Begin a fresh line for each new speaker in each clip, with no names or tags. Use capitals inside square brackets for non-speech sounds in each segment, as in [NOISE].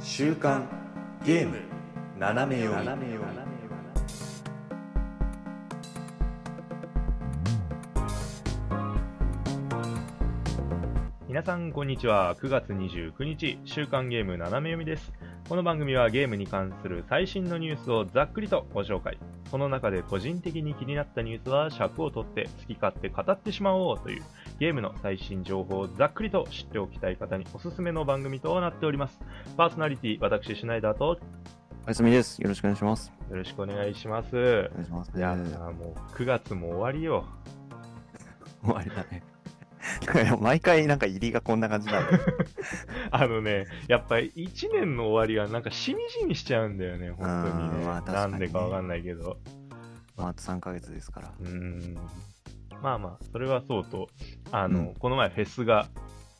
週刊ゲーム斜め読み
皆さんこんにちは9月29日週刊ゲーム斜め読みですこの番組はゲームに関する最新のニュースをざっくりとご紹介その中で個人的に気になったニュースは尺を取って好き勝手語ってしまおうというゲームの最新情報をざっくりと知っておきたい方におすすめの番組となっておりますパーソナリティ私シュナイダーと
おやすみです。よろしくお願いします。
よろしくお願いします
お願いします。
いや
え
ーもう9月も終わりよ
ー終わりだね。 [LAUGHS] なんか毎回なんか入りがこんな感じなんだよ。 [LAUGHS]
[LAUGHS] あのね、やっぱり1年の終わりはなんかしみじみしちゃうんだよね、本当にね。
うんまあ確
な
かにね
んでかわかんないけど。
まあ、あと3ヶ月ですから。
うーん。まあまあ、それはそうと、あの、
うん
この前フェスが、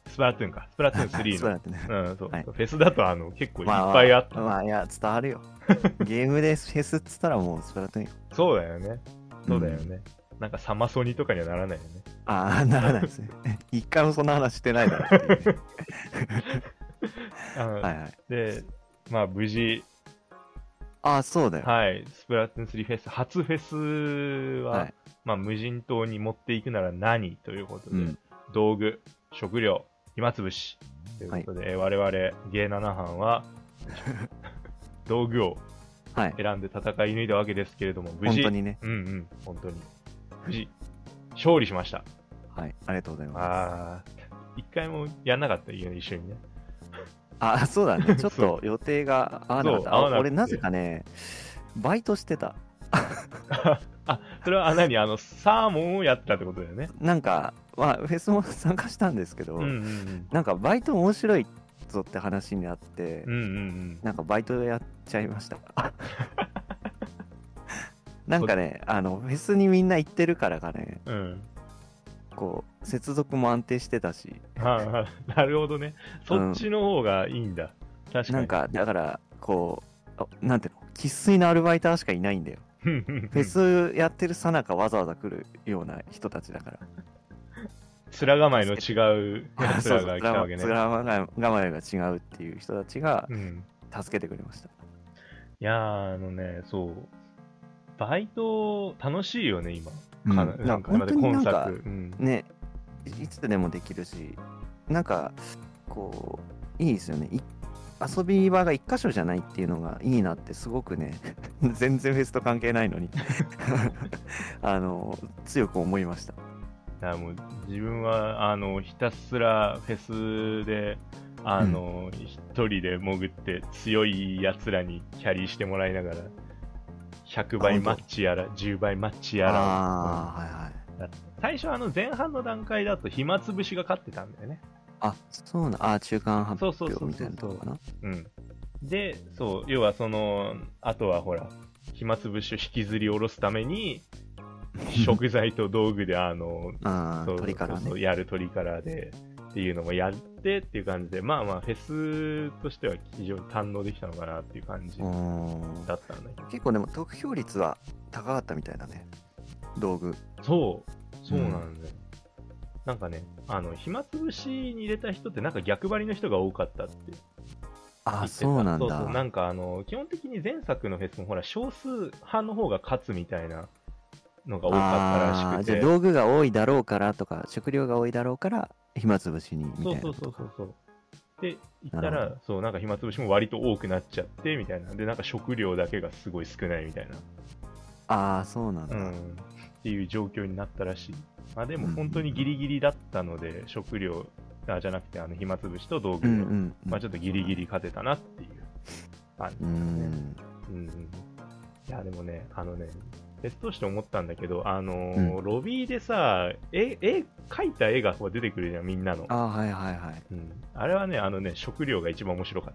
スプラトゥーンか、スプラトゥーン3
そう
の。
だ [LAUGHS] ってね。
うん、そう、
はい
フェスだとあの結構いっ
まあ
ぱいあった。
まあ、いや、伝わるよ。 [LAUGHS] ゲームでフェスっつったらもうスプラトゥーンよ。
そうだよね。そうだよね。なんかサマソニとかにはならないよね。
ああ、ならないですね。 [LAUGHS] 一回もそんな話してないだろうっていうね
あの
はいはい。
で、まあ無事、
ああ、そうだよ。
はい、スプラトゥーン3フェス、初フェスは、
はい
まあ無人島に持っていくなら何ということで、
うん
道具、食料、暇つぶし。ということで、我々、ゲイ7
[LAUGHS]
班は、道具を
はい。
選んで戦い抜いたわけですけれども、無
本
事、
当にね。
うんうん、本当に。無事、勝利しました。
はい。ありがとうございます。
ああ、一回もやんなかったよね、一緒にね。
あ [LAUGHS] あ、そうだね。ちょっ
そ
と予定が合わなかっ
そう
た。
合
あ
わなくて
俺、なぜかね、バイトしてた。
あ、それは何あの、サーモンをやってたってことだよね。
なんか、まあ、フェスも参加したんですけど、
うんうん
なんかバイト面白いぞって話になって、
うん。うんうんうん。
なんかバイトやっちゃいました。 [LAUGHS] なんかね、あの、フェスにみんな行ってるからかね、
うん。
こう、接続も安定してたし、
はいはいなるほどね。そっちの方がいいんだ。確かに。
なんか、だから、こう、あなんていうの、生粋のアルバイターしかいないんだよ。
うんうんうん、
フェスやってるさなかわざわざ来るような人たちだから。
面構えの違うや
[LAUGHS]
つ
そう
ら
そう、
が
我
来たわけね。
慢が違うっていう人たちが
うん、
助けてくれました。
いやー、あのね、そう。バイト、楽しいよね、今。
うん
か
なんか本当になんか
うん。
ねいいつでもできるしなんかこういいですよねい遊び場が一箇所じゃないっていうのがいいなってすごくね [LAUGHS] 全然フェスと関係ないのに [LAUGHS] あの強く思いました
だからもう自分は、あの、ひたすらフェスで、あの、一人で潜って強いやつらにキャリーしてもらいながら、100倍
あ本当
マッチやら、10倍マッチやらを、
ああはいはい
最初あの前半の段階だと暇つぶしが勝ってたんだよね。
あそうなあ中間発
そうそうそう
表
そう
みたいなとこかな
うん。で、そう、要はその、あとはほら、暇つぶしを引きずり下ろすた
[LAUGHS]
めに、食材と道具であの、
ああ
そう
鳥から
そうそう
ね
やる鳥からでっていうのもやってっていう感じで、まあまあフェスとしては非常に堪能できたのかなっていう感じ
うーん
だったんだけど。
結構でも得票率は高かったみたいだね道具
そう、そうなんだよ。なんかね、あの、暇つぶしに入れた人ってなんか逆張りの人が多かったって
あ
言
あ
ってた
そうなんだ
そうそうなんかあの基本的に前作のフェスもほら少数派の方が勝つみたいなのが多かった
あ
ら
ー
し
じゃ
く
あ
て
道具が多いだろうからとか食料が多いだろうから暇つぶしにみたい
そ
な
うそうそうそうそうで行った
なる
らそうなんか暇つぶしも割と多くなっちゃってみたいなでなんか食料だけがすごい少ないみたい
ああそうなんだ、
な、うん、っていう状況になったらしいまあでも
うん
本当にギリギリだったので食料あじゃなくてあの暇つぶしと道具
う
で、
んうんうん
まあちょっとギリギリ勝てたなっていう感じ
う
で
ん
すね、うんうん、いやでもね、あのね、テストして思ったんだけど、あのー
う
ロビーでさ、絵、絵、描いた絵がこう出てくるじゃん、みんなの。
ああはいはいはい
うん、あれはね、あのね、食料が一番面白かっ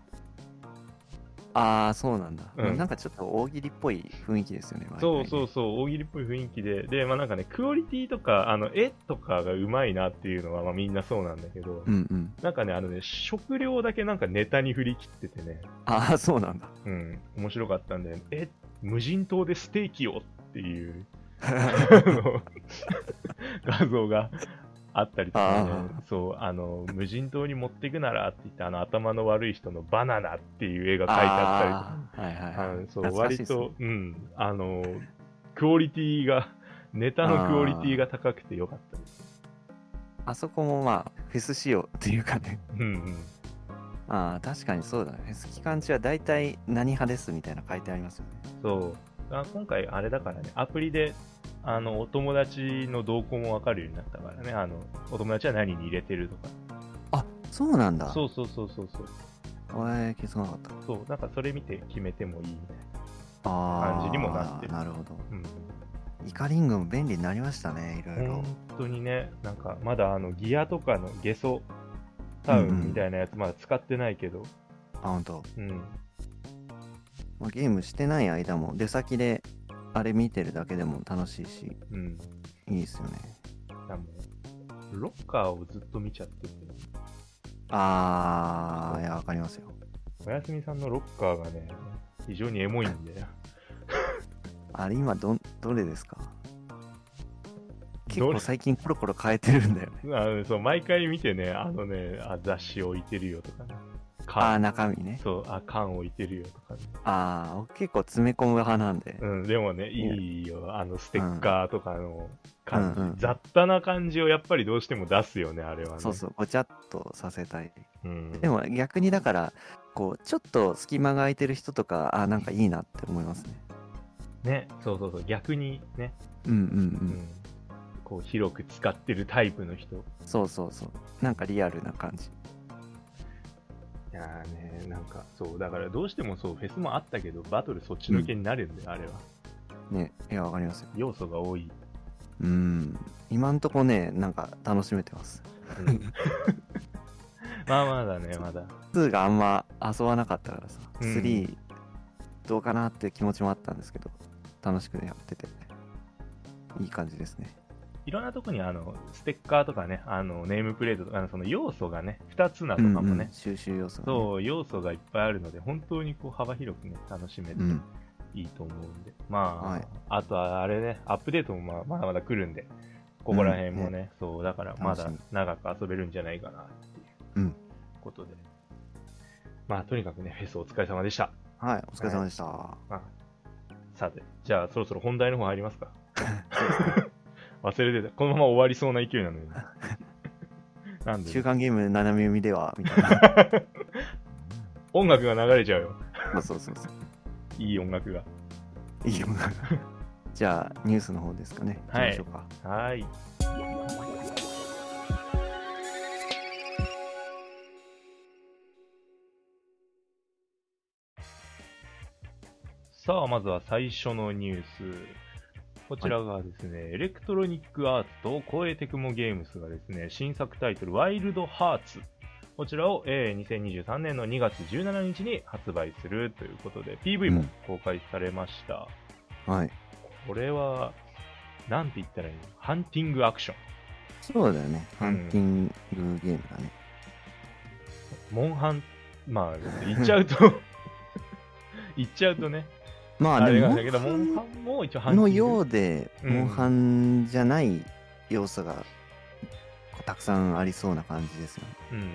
ああそうなんだ、
うん
なんかちょっと大喜利っぽい雰囲気ですよね
た。そうそううそう、大喜利っぽい雰囲気で、で、まあなんかね、クオリティとか、あの、絵とかがうまいなっていうのは、まあみんなそうなんだけど、
うんうん
なんかね、あのね、食料だけなんかネタに振り切っててね、
ああそう
[LAUGHS]
なんだ
うん、面白かったんだよね。え、無人島でステーキをっていう。あの画像があったりとかね
あ、
そう、あの、無人島に持っていくならって言って、あの、頭の悪い人のバナナっていう絵が書いてあったりと
あー
か、
はいはいはい。
うん、そう
懐かしい
割
ですね
と、うん、あの、クオリティが、ネタのクオリティが高くてよかったです。
あそこもまあ、フェス仕様っていうかね。
うんうん。
ああ、確かにそうだね。フェス期間中は大体何派ですみたいなの書いてありますよね。
そう。あ今回、あれだからね、アプリで、あの、お友達の動向もわかるようになったからね、あの、お友達は何に入れてるとか。
あそうなんだ。
そうそうそうそうそう。
おえー、気づかなかった。
そう、なんかそれ見て決めてもいいみたいな。
ああ、
感じにもなってる
なるほど。
うん。
イカリングも便利になりましたね、いろいろ。
本当にね、なんかまだあのギアとかのゲソタウンみたいなやつまだ使ってないけど、
あ、ほんと。
うん、
まあ、ゲームしてない間も出先であれ見てるだけでも楽しいし、
うん。
いいですよね。
でもロッカーをずっと見ちゃってて、
ああ、いや、わかりますよ。
おやすみさんのロッカーがね、非常にエモいんで、 [LAUGHS]
あれ、今どん、どれですか結
どれ
構最近コロコロ変えてるんだよね。
あのそう毎回見てね、あのね、あ雑誌置いてるよとかね、
ああ、
缶
中身ね。
そうあ缶置いてるよとかね、
ああ、僕結構詰め込む派なんで。
うん、でもね、いいよ、あのステッカーとかの感じ、
うんうん
雑多な感じをやっぱりどうしても出すよね、あれはね。
そうそう、ごちゃっとさせたい。
うん、
でも逆にだから、こう、ちょっと隙間が空いてる人とか、ああ、なんかいいなって思いますね。
ね、そうそうそう、逆にね、
うんうんう。
うんん、こう広く使ってるタイプの人。い
そうそうそう。なんかリアルな感じ。
やーね、なんか、そう、だからどうしてもそう、フェスもあったけど、バトルそっちのけになるんだよ、あれは。
ね。いや、わかりますよ。
要素が多い。
うん。今んとこね、なんか楽しめてます。
[LAUGHS] まあまだね、まだ。
2があんま遊ばなかったからさ、
うん
3どうかなって気持ちもあったんですけど、楽しくやってて、いい感じですね。
いろんなとこに、あの、ステッカーとかね、あの、ネームプレートとか、あのその要素がね、2つなとかもね、
うんうん収集要素がね、
そう、要素がいっぱいあるので、本当にこう幅広くね、楽しめて
うん。
いいと思うんで、まあ、
はい
あとはあれね、アップデートもまあまだまだ来るんで、ここら辺もね、
うん
そう、だからまだ
楽し
長く遊べるんじゃないかなっていう
うん
ことで、まあ、とにかくね、フェスお疲れ様でした。
はい、お疲れ様でした。
まあ、さて、じゃあそろそろ本題の方入り
[LAUGHS]
ますか。忘れてた。このまま終わりそうな勢いなのに。なんで、
週刊ゲーム斜め読みでは、みたいな。
音楽が流れちゃうよ。
そうそうそうそ
いい音楽が。
う。いいよ [LAUGHS] な。じゃあ、ニュースの方ですかね。
はい
行きましょうか。
はーい。さあ、まずは最初のニュース。こちらがですね、エレクトロニックアーツと光栄テクモゲームスがですね、新作タイトル、ワイルドハーツ。こちらを、えー2023年の2月17日に発売するということで、PV も公開されました。
はい。
これは、なんて言ったらいいのハンティングアクショ
そうだよね。
うん
ハンティングゲームだね。
ン。モンハン、まあ、言っちゃうと、 [LAUGHS] 言っちゃうとね、
ま
あ
あ、
れ
で
なん
も
だけ、ど、モンハンも一応ハンティン
の
グ。
ようで、
うん
モンハンじゃない要素がこうたくさんありそうな感じですよね。
うんうん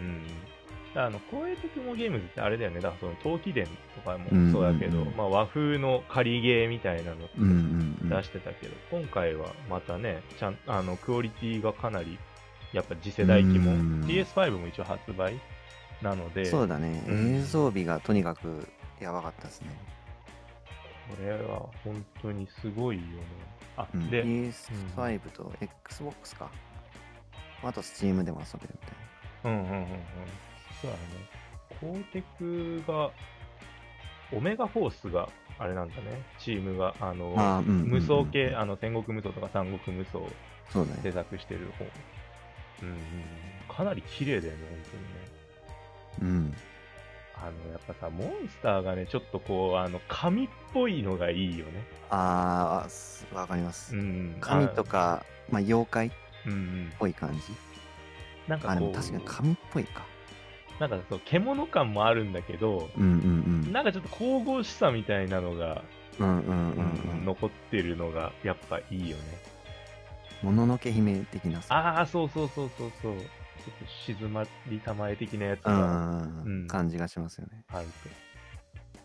うん。あの、光栄的もゲームズってあれだよね。だからその、陶器伝とかも
うん
そうだけど、
うん
まあ、和風の仮ゲーみたいなの
うんうんうん
出してたけど、今回はまたね、ちゃん、あの、クオリティがかなり、やっぱ次世代機も、
うん
PS5 も一応発売なので、
そうだね、
うん
映像美がとにかくやばかったですね。
これは本当にすごいよね。あ、
うん、
で、
PS5 と XBOX か。あと Steam でも遊べるみたい
うんうんうんうん。そうだね。コーテクが、オメガフォースが、あれなんだね、チームが、あの、
な。あーうんうんうん
無双系、あの、戦国無双とか三国無双を
そうだね。
制作してる方。うんうんうん。かなり綺麗だよね、本当にね。
うん。
あの、やっぱさ、モンスターがね、ちょっとこう、あの、紙っぽいのがいいよね。
あーすわかります
う。ん。
神とか、まあ、妖怪っ
あ。うんうん。
ぽい感じ。
なんか
あ、で
こ
も
う、
確かに神っぽいか。
なんかそう、獣感もあるんだけど、
うんうん
なんかちょっと神々しさみたいなのが、
うん。うんうんうんうん。
残ってるのがやっぱいいよね。
もののけ姫的なさ、
ああ、そうそうそうそうそう。ちょっと静まりたまえ的なやつ
う
が
ん
うん
感じがしますよね。
ある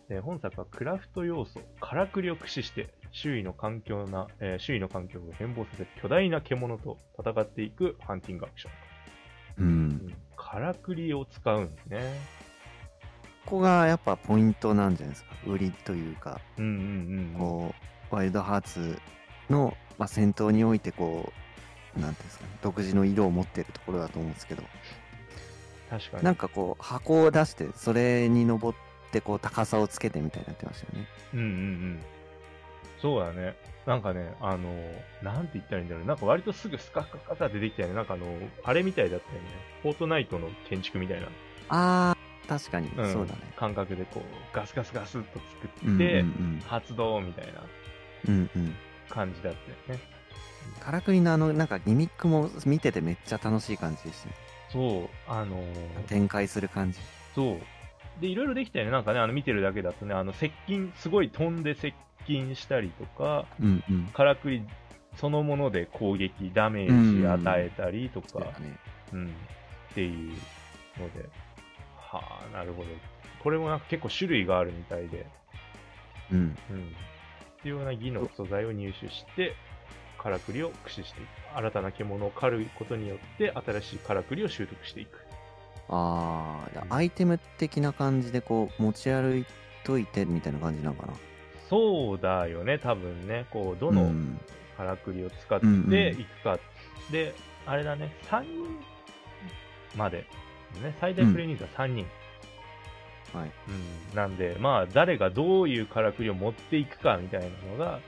と。で、本作はクラフト要素、からくりを駆使して、周囲の環境な、えー周囲の環境を変貌させる巨大な獣と戦っていくハンティングアクション。
うん、
うんからくりを使うんですね。
ここがやっぱポイントなんじゃないですか売りというか
うんうんうんうん。
こうワイルドハーツの、まあ、戦闘においてこうなんていうんですかね独自の色を持ってるところだと思うんですけど
確かに
なん。かこう箱を出してそれに登ってこう高さをつけてみたいになってましたよね。
うんうんうん。そうだね。なんかね、あの、なんて言ったらいいんだろう。なんか割とすぐスカスカスカって出てきたよね。なんかあの、あれみたいだったよね。フォートナイトの建築みたいな、
あー確かに、
うん
そうだね。
感覚でこう、ガスガスガスっと
う
作
ん
っ
うん
て、
うん
発動みたいな
うんうん。
感じだったよね。
からくりのあのなんかギミックも見ててめっちゃ楽しい感じでしたね。
そう、あの、
展開する感じ。
そう。で、いろいろできたよね。なんかね、あの、見てるだけだとね、あの、接近、すごい飛んで接近したりとか、
うんうん。
からくりそのもので攻撃、ダメージ与えたりと
そう
か
だ、ね。
うん、っていうので、はあ、なるほど。これもなんか結構種類があるみたいで、
うん。
うん、必要な技能、素材を入手して、からくりを駆使していく。新たな獣を狩ることによって、新しいからくりを習得していく。
ああ、だ
うん
アイテム的な感じでこう持ち歩いといてみたいな感じなのかな。
そうだよね、多分ね。こう、ど
う
の
ん
からくりを使っ
うんうん
ていくか。で、あれだね、3人まで。ね、最大プレイ人数は3人。
はい。
うん、なんで、まあ、誰がどういうからくりを持っていくかみたいなのが、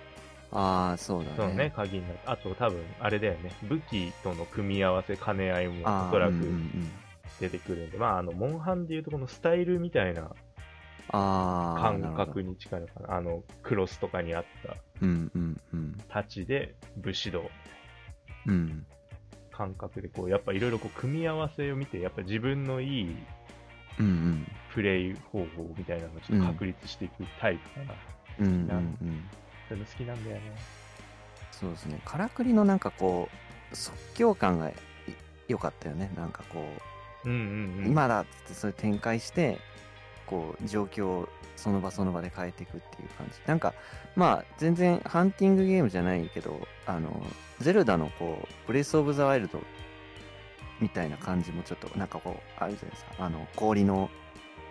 ああ、そう
そ
だ
の
ね。
ね、鍵になる。あと、多分、あれだよね、武器との組み合わせ、兼ね合いも
あー
おそら
う
く
んうんうん
出てくるんで、まあ、あの、モンハンでいうとこのスタイルみたいな
ああ、
感
なるほど
覚に近いのかな。あの、クロスとかにあっ
うんうんうん。
た太刀で武士道
うん。
感覚で、こう、やっぱいろいろこう、組み合わせを見て、やっぱ自分のいい
うん
プレイ方法みたいなのをちょっと確立していくタイプかな。
うん。うんうんうん。
そういうの好きなんだよね。
そうですね。からくりのなんかこう、即興感がい良かったよね。なんかこ
うんうん
う、
うん。
今だっつってそれ展開して、こう、状況をその場その場で変えていくっていう感じ。なんか、まあ、全然ハンティングゲームじゃないけど、あの、ゼルダのこう、ブレス・オブ・ザ・ワイルドみたいな感じもちょっと、なんかこう、あるじゃないですか。あの、氷の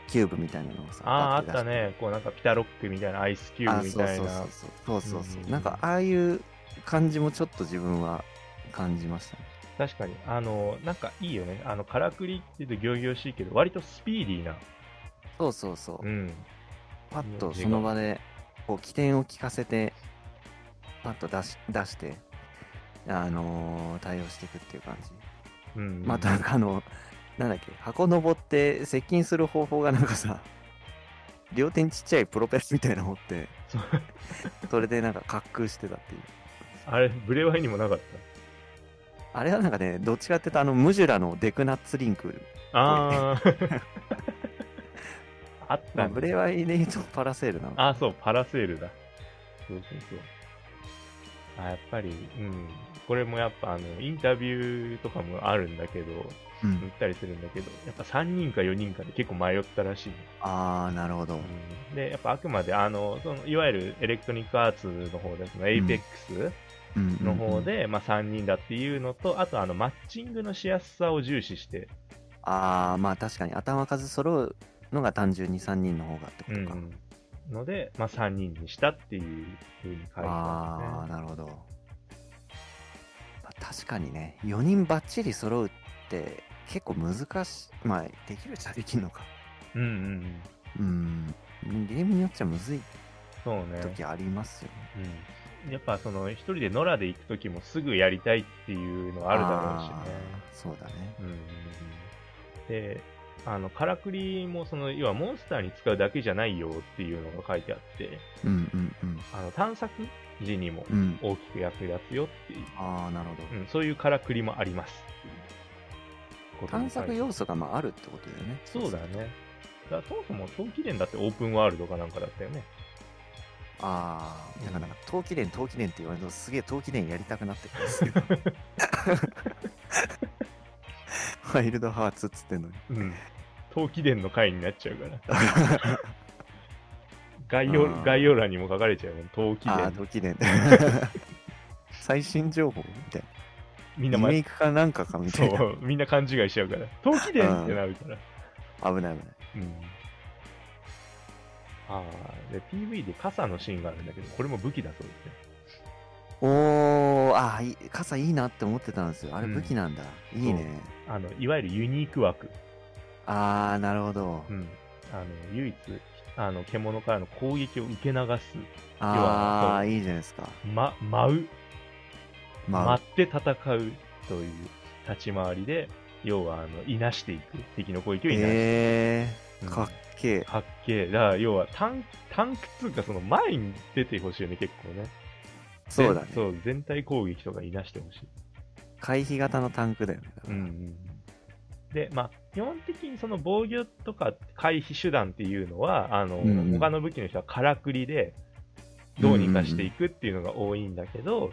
キューブみたいなのをさ、
ああ、
バ
あっ
ッて出して
たね。こうなんかピタロックみたいな、アイスキューブみたい
そ
な。
うそうそうそうそうそうそう、
うんうん
なんかああいう感じもちょっと自分は感じましたね
確かに。あの、なんかいいよね。あの、からくりって言うと行々しいけど、割とスピーディーな。
そうそうそう、
うん。
パッとその場でこう起点を聞かせてパッと出し出してあのー対応していくっていう感じ、
うん。
またなんかあのなんだっけ箱登って接近する方法がなんかさ両手にちっちゃいプロペラみたいなの持って
[LAUGHS] そう
それでなんか滑空してたっていう
あれ、ブレワイにもなかっ
あれはなんかねどっちかっていうとあのムジュラのデクナッツリンク
た。ああ。 [LAUGHS] あっ
まあ、
た
ブ
ね。
レワイで言うとパラセールなの。
あ、そう、パラセールだ。そうそうそう。あ、やっぱり、うん。これもやっぱ、あの、インタビューとかもあるんだけど、
う
言
ん
ったりするんだけど、やっぱ3人か4人かで結構迷ったらしいね。
ああ、なるほど。
うんで、やっぱあくまで、あの、そのいわゆるエレクトニックアーツの方で、そのエイペック
うん
スの方。で、まあ3人だっていうのと、あとあの、マッチングのしやすさを重視して、
ああ、まあ確かに頭数揃うのが単純に3人の方がってことか。
ので、まあ3人にしたっていう風に書いて
あ
あ
あ、
るね。
なるほど。まあ、確かにね、4人ばっちり揃うって結構難しい。まあ、できるっちゃできるのか。
うんうんうん。
うん。ゲームによっちゃむずい
そうね。
時ありますよね。
うん。やっぱその、一人で野良で行く時もすぐやりたいっていうのはあるだろうしね。
あーそうだね。
うんうんうんで、あの、からくりも、その、要はモンスターに使うだけじゃないよっていうのが書いてあって、
うんうんうん。
あの、探索時にも
うん。
大きく役立つよっていう、
ああ、なるほど。
うん、そういうからくりもあります。
探索要
素
素がまああるってことだよね。
そうだね。だからそもそも冬季連だってオープンワールドかなんかだったよね。
ああ、なんかなんか、冬季連、冬季連って言われると、すげえ冬季連やりたくなってくるんです [LAUGHS] けど。ワイルドハーツっつってんのに。
うん。冬季伝の回になっちゃうから。
[LAUGHS]
概
あ
要
ー
概要欄にも書かれちゃうよね。冬季
ああ、
伝。
冬 [LAUGHS] 季連。最新情報みたい
みん
な。
な
リメ
前
イクかなんかかみた
そ
いな。
う、みんな勘違いしちゃうから。冬季伝ってなるから。
危ない危ない。
うん。ああ、で、PV で傘のシーンがあるんだけど、これも武器だそうですね。
おー、ああ、いい傘いいなって思ってたんですよ。あれ武器なんだ。いいね。
あの、いわゆるユニーク枠。
ああ、なるほど。
うん。あの、唯一、あの、獣からの攻撃を受け流す。
ああ、いいじゃないですか。
ま、舞う。
まあ
待、って戦うという立ち回りで、要は、あの、いなしていく。敵の攻撃をいなしてい
ええ
く。うん
ー、かっけえ。
かっけえ。だから、要は、タン、タンクっつうか、その前に出てほしいよね、結構ね。
そうだね
全。そう、全体攻撃とかいなしてほしい。
回避型のタンクだよね。
うんうんうんで、まあ、基本的にその防御とか回避手段っていうのは、あの、
うんうん
他の武器の人はからくりで、どうにかしていくっていうのが多いんだけど、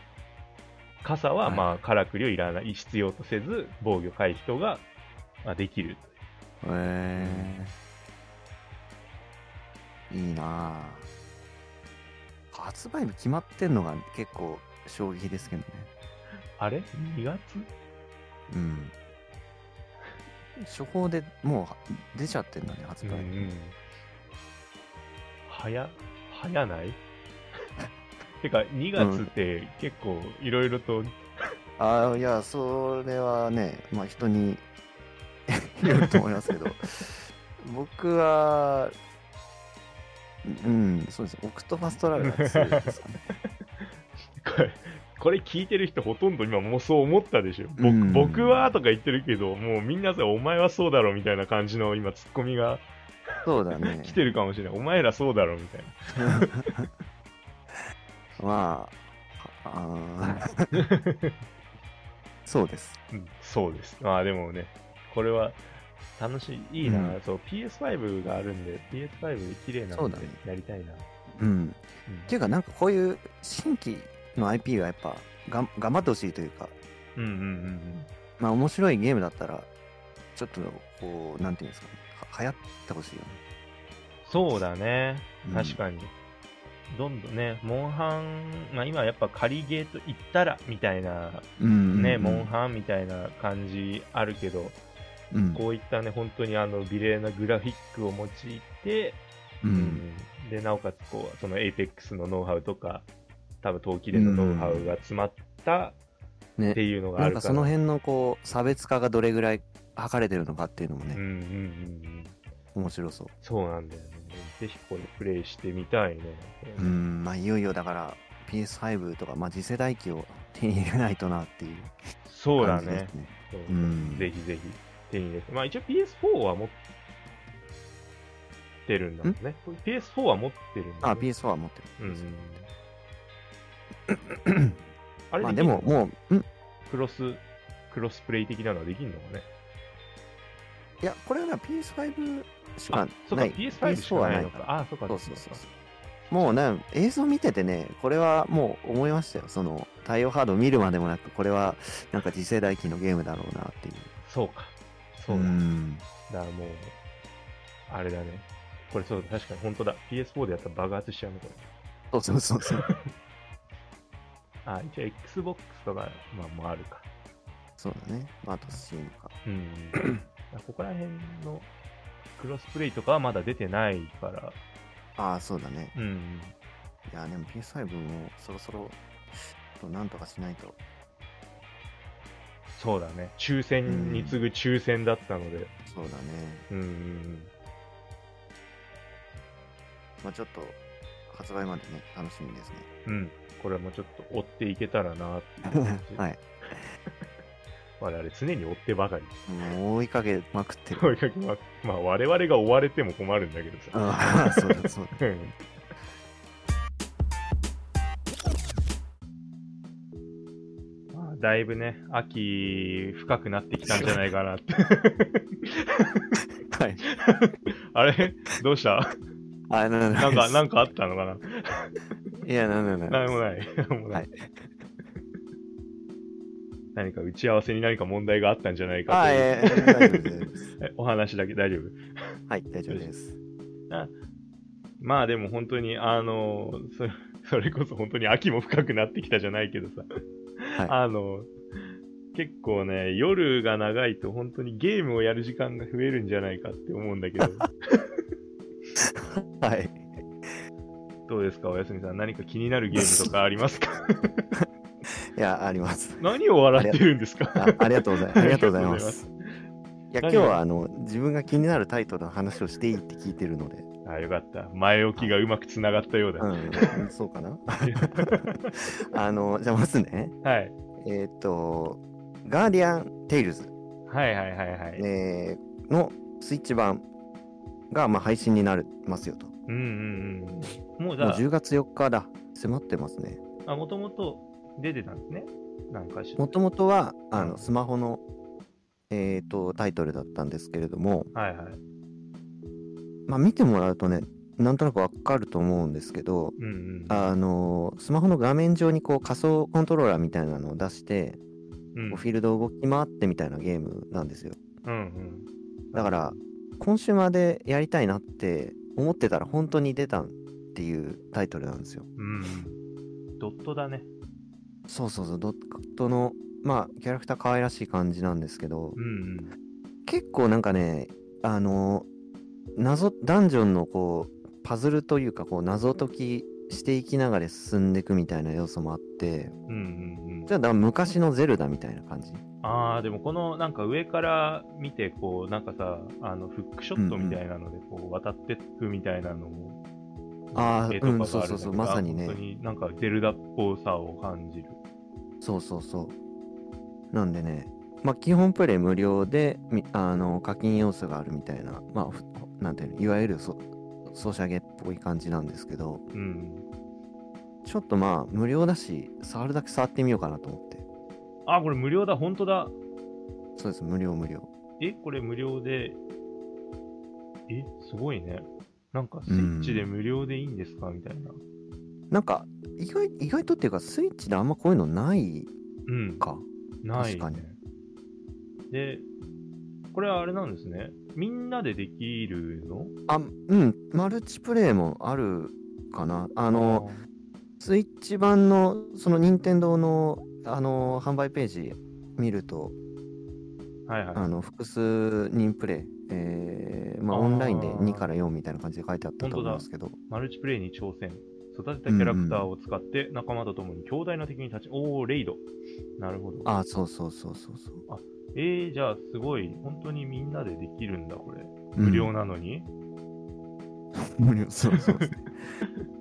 傘は、
はい
まあ、からくりをいらない、必要とせず、防御回避とが、まあ、できる。
えー、いいなあ発売日決まってんのが結構衝撃ですけどね。
あれ ?2 月
うん。初報でもう出ちゃってんだね、発売日。
うん早、早ない [LAUGHS] てか、2月って結構いろいろと、
ああ、いや、それはね、まあ人
[LAUGHS]
によると思いますけど、僕は、うん、そうです。オクトファストラベラー2ですかね。
これこれ聞いてる人ほとんど今もうそう思ったでしょ僕,、
うん
僕はとか言ってるけどもうみんなさお前はそうだろみたいな感じの今ツッコミが
そうだね。
来てるかもしれない、お前らそうだろみたいな
[LAUGHS] まあ、あー [LAUGHS] そうです。
うんそうですまあでもねこれは楽しいいいな、
うん
そう PS5 があるんで PS5 で綺麗な
そ
の
うだ
で
ね
やりたいな
うん。
う
っていうか、なんかこういう新規の IP がやっぱが頑張ってほしいというか、
んうんうん
まあ面白いゲームだったら、ちょっとこう、なんていうんですかね、は流行ってほしいよね。
そうだね
うん
確かに、どんどんねモンハン、まあ、今やっぱ仮ゲーと言ったらみたいな
うんうんうん
ね、モンハンみたいな感じあるけど、
うん
こういったね、本当にあの、美麗なグラフィックを用いて、
う。
うんで、なおかつ、こう、そのエイペックスのノウハウとか、多分、陶器でのノウハウが詰まった
ね
っていうのが
な
あ
ん
る
かそ
から。
の辺のこう、差別化がどれぐらい図れてるのかっていうのも
うんう
ね、
んうんうん。
面白そう。
そうなんだよね。ぜひこれプレイしてみたいね。
うん、まあいよいよだから PS5 とか、まあ次世代機を手に入れないとなっていう
そうだ
感じで
ね
す。ね。
そう
うん
ぜひぜひ手に入れて。まあ一応 PS4 は持ってるんだもんね。PS4 は持ってるんだ、ね。
あ、PS4 は持って
う
る。
ん。あれ
まあでも、
う
もう、ん
クロス、クロスプレイ的なのはできるのかね。
いや、これはな PS5 しかな
あ
い、。
そうか、PS5 しかないのか。
ら。
あ、そうか。
そうそうそうそう。もうね、映像見ててね、これはもう思いましたよ。その、対応ハードを見るまでもなく、これはなんか次世代機のゲームだろうなっていう。
そうか。そうだ。だ
ん。
からもう、あれだね。これそうだ、確かに本当だ。PS4 でやったら爆発しちゃうのこれ。
そうそうそうそう。
あ、一応 Xbox とか、まあ、もあるか。
そうだね。まあ、あと Steam か。
うん。だからここら辺のクロスプレイとかはまだ出てないから。
ああ、そうだね。
うん。
いや、でも PS5 もそろそろ、なんとかしないと。
そうだね。抽選に次ぐ抽選だったので。
そうだね。
うんうんうん。
まあちょっと、発売までね、楽しみですね。
うん、これもちょっと追っていけたらなってい
[LAUGHS]
う感じ
はい。
我々常に追ってばかり。
もう追いかけまくって [LAUGHS] る。
追いかけ [LAUGHS] ま、まあ我々が追われても困るんだけどさ。
ああ、そうだそうだ。
うんまあだいぶね、秋深くなってきたんじゃないか
[LAUGHS]
なって。
はい。
あれどうした
あ、なん
なん
[LAUGHS]
か、なんんかあったのかな
いや、なんなんなん
何もない。何もな
は
い。
い
何か打ち合わせに何か問題があったんじゃないか
あ、
という
えー、大丈夫です。
えお話だけ大丈夫
はい、大丈夫です。
まあでも本当に、あの、そそれこそ本当に秋も深くなってきたじゃないけどさ、
はい
あの、結構ね、夜が長いと本当にゲームをやる時間が増えるんじゃないかって思うんだ
[LAUGHS]
けど、
はい。
どうですか、おやすみさん、何か気になるゲームとかありま
[LAUGHS]
すか
いや、あります。
何を笑ってるんですか
あありがとうご
[LAUGHS]
ざいます。ありがとうございま。
ありがとうございます
いや、
何が
今日はあの自分が気になるタイトルの話をしていいって聞いてるので、
[LAUGHS] あ、よかった。前置きがうまくつながったようだ。
うん、そうか
[LAUGHS]
な。 [LAUGHS] あの、じゃあまずね、
はい。
えっ、と、ガーディアン・テイルズ、
はいはいはいはい。
えーのスイッチ版が、まあ、配信になりますよと。も
うんうんうん。もう
う
じゃ
10月4日だ。迫ってますね。
あ、もともと出てたんですね。なんかしら
もともとはあ
うん
のスマホの、えー、とタイトルだったんですけれども、
はいはい。
まあ、見てもらうとねなんとなくわかると思うんですけど、
うんうん。
あのスマホの画面上にこう仮想コントローラーみたいなのを出して、
うん
こうフィールドを動き回ってみたいなゲームなんですよ
うん
だからコンシューマーでやりたいなって思ってたら本当に出たっていうタイトルなんですよ
うん。うん。ドットだね。
そうそうそうドットのまあキャラクター可愛らしい感じなんですけど、
うん
結構なんかねあの謎ダンジョンのこうパズルというかこう謎解きしていきながら進んでいくみたいな要素もあって
うん。うんうんうん
じ。ゃあだから昔のゼルダみたいな感じ
ああ、でもこのなんか上から見て、こう、なんかさ、あの、フックショットみたいなので、こう、渡ってくみたいなのも、
あー
絵とか
うん
がるだけ
そう
ど
そうそうまさにね
本当になんかゼルダっぽさを感じる。
そうそうそうなんでねまあ基本プレイ無料でみあの課金要素があるみたいなまあふなんていうのいわゆるそソシャゲっぽい感じなんですけど
うん。
ちょっとまあ無料だし触るだけ触ってみようかなと思って
あ、これ無料だ、本当だ。
そうです無料無料
え、これ無料で、え、すごいね。なんかスイッチで無料でいいんですかみたいな。
なんか意外意外とっていうかスイッチであんまこういうのない
うん。
か
ない、
確
ね。
かに
で、これはあれなんですね。みんなでできるの
あうんマルチプレイもあるかなあのスイッチ版のその任天堂のあの販売ページ見ると
あーはいはい。
あの複数人プレイえーまあ
あー
オンラインで2から4みたいな感じで書いてあったと
本当
思
だ
うんですけど
マルチプレイに挑戦。育てたキャラクターを使って仲間と共に強大な敵に立ち、おー、レイド。なるほど。
あそうそうそうそうそう
えー、じゃあすごい。本当にみんなでできるんだ、これ。
うん
無 [LAUGHS] 料なのに。
無料そうそうですね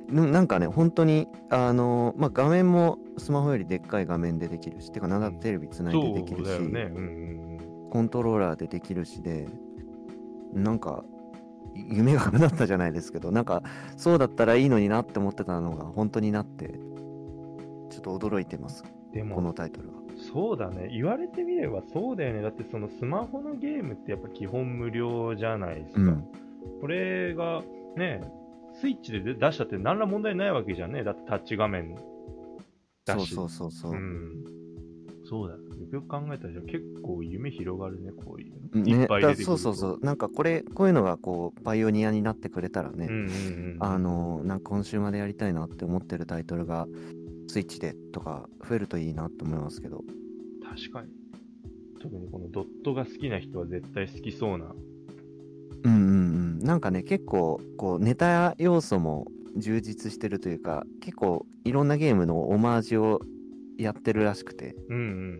でもなんかね本当にあのまあ画面もスマホよりでっかい画面でできるし、てかなんだったらテレビつないででき
そ
る
う
し、
だよね。うんうんうん。
コントローラーでできるしでなんかい夢が叶ったじゃないですけどなんかそうだったらいいのになって思ってたのが本当になってちょっと驚いてます
でも
このタイトルは
そうだね、言われてみればそうだよね、だってそのスマホのゲームってやっぱ基本無料じゃないですか、
うん
これがね、スイッチで出したって何ら問題ないわけじゃんね、だってタッチ画面だ
そう
し、
そうそうそう、
うん、そうだ、よくよく考えたらじゃあ結構夢広がるね、こういう
うん
の。
ね
いっぱい出てく
だ
る。
そうそうそううなんかこれこういうのがこうパイオニアになってくれたらね、
うんうんうん、
あのなんか今週までやりたいなって思ってるタイトルがスイッチでとか増えるといいなと思いますけど
確かに。特にこのドットが好きな人は絶対好きそうな。
うんうんうんなんかね結構こうネタ要素も充実してるというか結構いろんなゲームのオマージュをやってるらしくて
うん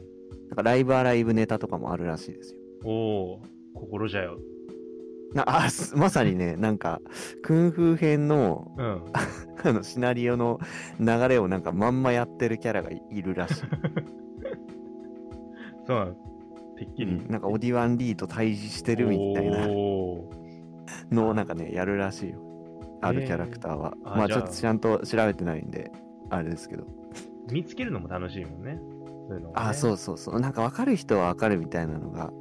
なんかライブアライブネタとかもあるらしいですよ
うん。おー、心じゃよ。
なあすまさにねなんかクンフー編の
うん。
あのシナリオの流れをなんかまんまやってるキャラがいいるらしい、
そう
[LAUGHS]
なの。てっきり、
うんなんかオディワン・リーと対峙してるみたいな
おー
のをなんかねやるらしいよあるキャラクターは、
えあ
まあ
じ
ち
ゃあ
ょっとちゃんと調べてないんであれですけど
見つけるのも楽しいもんね。そういうのもね
あそうそうそうなんか分かる人は分かるみたいなのが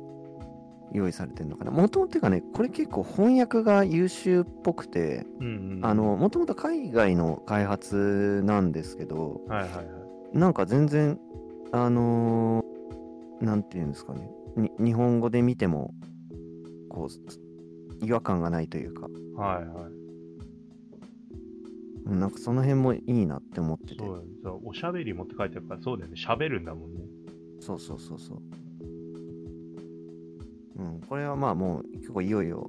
用意されてるのかな。もともというかね、これ結構翻訳が優秀っぽくて、
うんうん
あの、もともと海外の開発なんですけど、
はいはいはい
なんか全然、あのーなんていうんですかね、に日本語で見ても、こう、違和感がないというか、
はいはい
うんなんかその辺もいいなって思ってて
そ、うそうおしゃべりもって書いてあるからそうだよね喋るんだもんね
そうそうそうそう。うん、これはまあもう結構いよいよ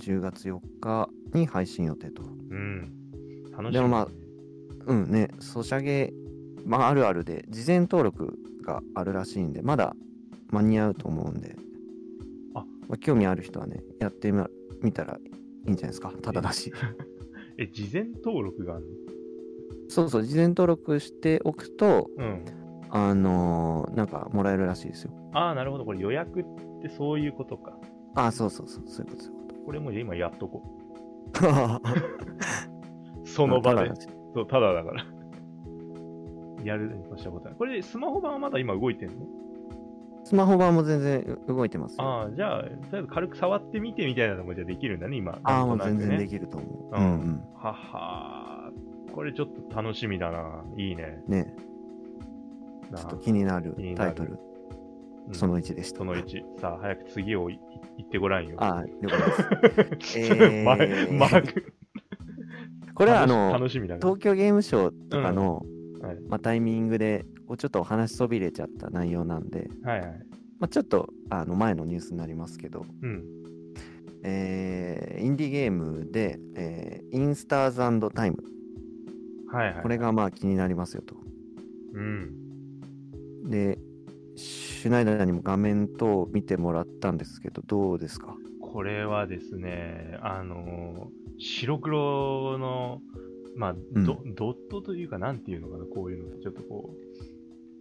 10月4日に配信予定と。
うん楽しみ
でもまあうんね、ソシャゲ、まああるあるで、事前登録があるらしいんで、まだ間に合うと思うんで、
あ
まあ、興味ある人はね、やってみ見たらいいんじゃないですか、ただだ
[LAUGHS]
し。
え事前登録がある
そうそう、事前登録しておくと、
のうん
あのーなんかもらえるらしいですよ。
ああなるほどこれ予約ってそういうことか
あ、そうそうそう、そういうことそういう
これもう今やっとこ
こと。
う [LAUGHS] その場
[LAUGHS] ただ
で
だし
そうただだからやるに越したことないこれスマホ版はまだ今動いてんの
スマホ版も全然動いてますよ。
ああじゃあとりあえず軽く触ってみてみたいなのもじゃあできるんだね今
ああ、
な
も
ん
う
となく
全
ね
然できると思う。
う
うんん、
ははーこれちょっと楽しみだないいね
うん。ね、
な
ちょっ
あ
と気になる
気に
タ
なる
イトル、
うん
その1でした。
その1さあ早く次をい言ってごらんよ [LAUGHS]
ああ、了解です。え
ま
ー
ま
これはあの
楽しみだね
東京ゲームショウとかの、
はい
まあ、タイミングでこうちょっとお話しそびれちゃった内容なんで、
はいはい
まあ、ちょっとあの前のニュースになりますけど、
うん
えーインディーゲームで、えーインスターズタイム
はいはい
これがまあ気になりますよと。
うん
でシュナイダーにも画面等見てもらったんですけどどうですか
これはですねあのー白黒のまあど、ドットというかなんていうのかなこういうのってちょっとこう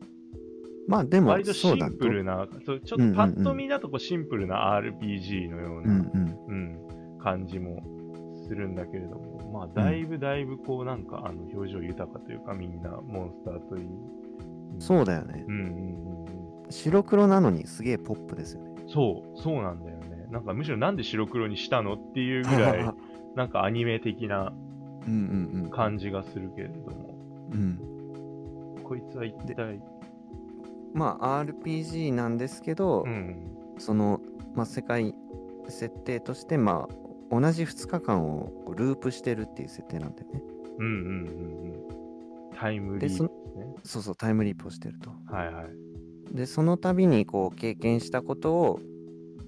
まあでも
割とシ
そうだ
ンプルなそうちょっとパッと見だとこうシンプルな RPG のよう
う
な、
んうん
うん、感じもするんだけれども、まあ、だいぶだいぶこう、なんか、あの、表情豊かというか、みんな、モンスターといい。
そうだよね
うんうんうんう
白黒なのにすげえポップですよね
ん。そう、そうなんだよね。なんか、むしろなんで白黒にしたのっていう
[LAUGHS]
ぐらい、なんかアニメ的な
うんうん
感じがするけれども、
うんうん
こいつは一体、
まあ RPG なんですけど、
うん、
その、まあ、世界設定としてまあ同じ2日間をこうループしてるっていう設定なんだよね
うんうんうんうん。タイムリープです
で
ね。
そうそうタイムリープをしてると
はいはい。
でその度にこう経験したことを、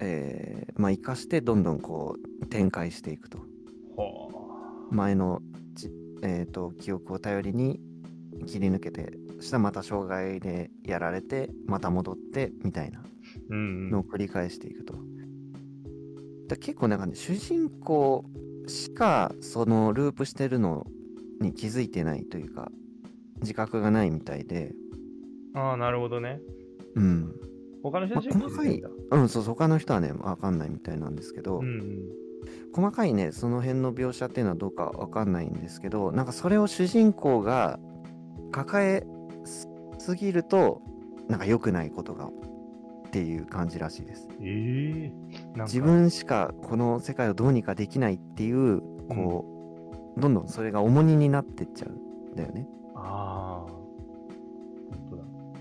えーまあ、生かしてどんどんこう展開していくと
ほ
前のち、えー、と記憶を頼りに切り抜けてそしたらまた障害でやられてまた戻ってみたいな
う。うんう
のを
ん。
繰り返していくと。だ結構なんかね主人公しかそのループしてるのに気づいてないというか自覚がないみたいで、
ああ、なるほどね。
うん、
他の人たちは
まあ細かい
気づてんだ
うん、そうそう他の人はね分かんないみたいなんですけど、
うんうん。
細かいねその辺の描写っていうのはどうか分かんないんですけどなんかそれを主人公が抱えすすぎるとなんか良くないことがっていう感じらしいです
ええなんか
自分しかこの世界をどうにかできないっていうこう、どんどんそれが重荷になってっちゃうんだよね
ああ。本当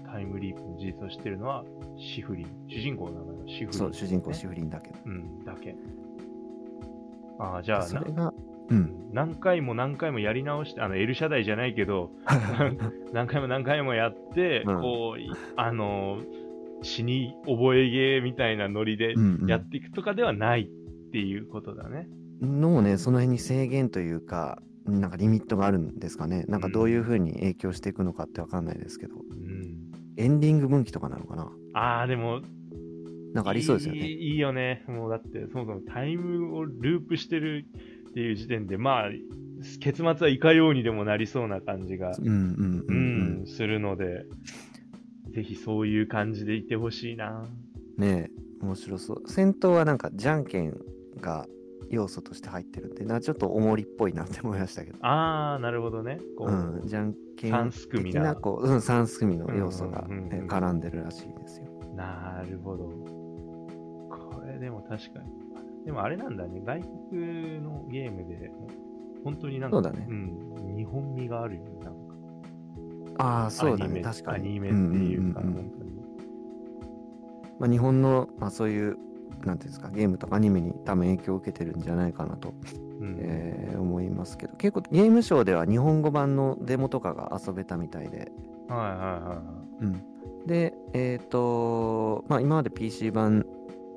だ。タイムリープの事実を知ってるのはシフリン。主人公の名前はシフリン、
そう主人公シ
フ
フリンだけど
リン。うん、だけ。ああ、じゃあ
そ
な
れ、が
[LAUGHS]
うん
何回も何回もやり直して、あの、L 社代じゃないけど、何回も何回もやって、
うん
こうい、あのー、死に覚えゲーみたいなノリで
うんうん
やっていくとかではないっていうことだね。
のねその辺に制限というかなんかリミットがあるんですかねなんかどういう風に影響していくのかってわかんないですけど、
うん。
エンディング分岐とかなのかな
ああ、でも、
なんかありそうですよ
い
ね
いいいよね。もうだって、そもそもタイムをループしてるっていう時点で、まあ、結末はいかようにでもなりそうな感じが、
うんうんう
うんん、するので、ぜひそういう感じでいてほしいな。
うんねえ面白そう戦闘はなんかじゃんけんが要素として入ってるんでなんかちょっとおもりっぽいなって思いましたけど
あー、なるほどね。こう、
うんじゃんけん
三すくみな
的こううん三すくみの要素が
うんうんうんうん
ね絡んでるらしいですよ
なるほど。これれでも確かに。でもあれなんだね、外国のゲームで、本当になんか、
そうだね
ん、日本味があるよね、なんか。
ああ、そうだ
アニメ
ね。確かに。
アニメっていうか、
んんんん
本当に。
まあ、日本の、まあ、そういう、なんていうんですか、ゲームとかアニメに多分影響を受けてるんじゃないかなと、
うん
えー思いますけど、結構ゲームショーでは日本語版のデモとかが遊べたみたいで、
はいはいはいはい。
で、えっ、と、まあ、今まで PC 版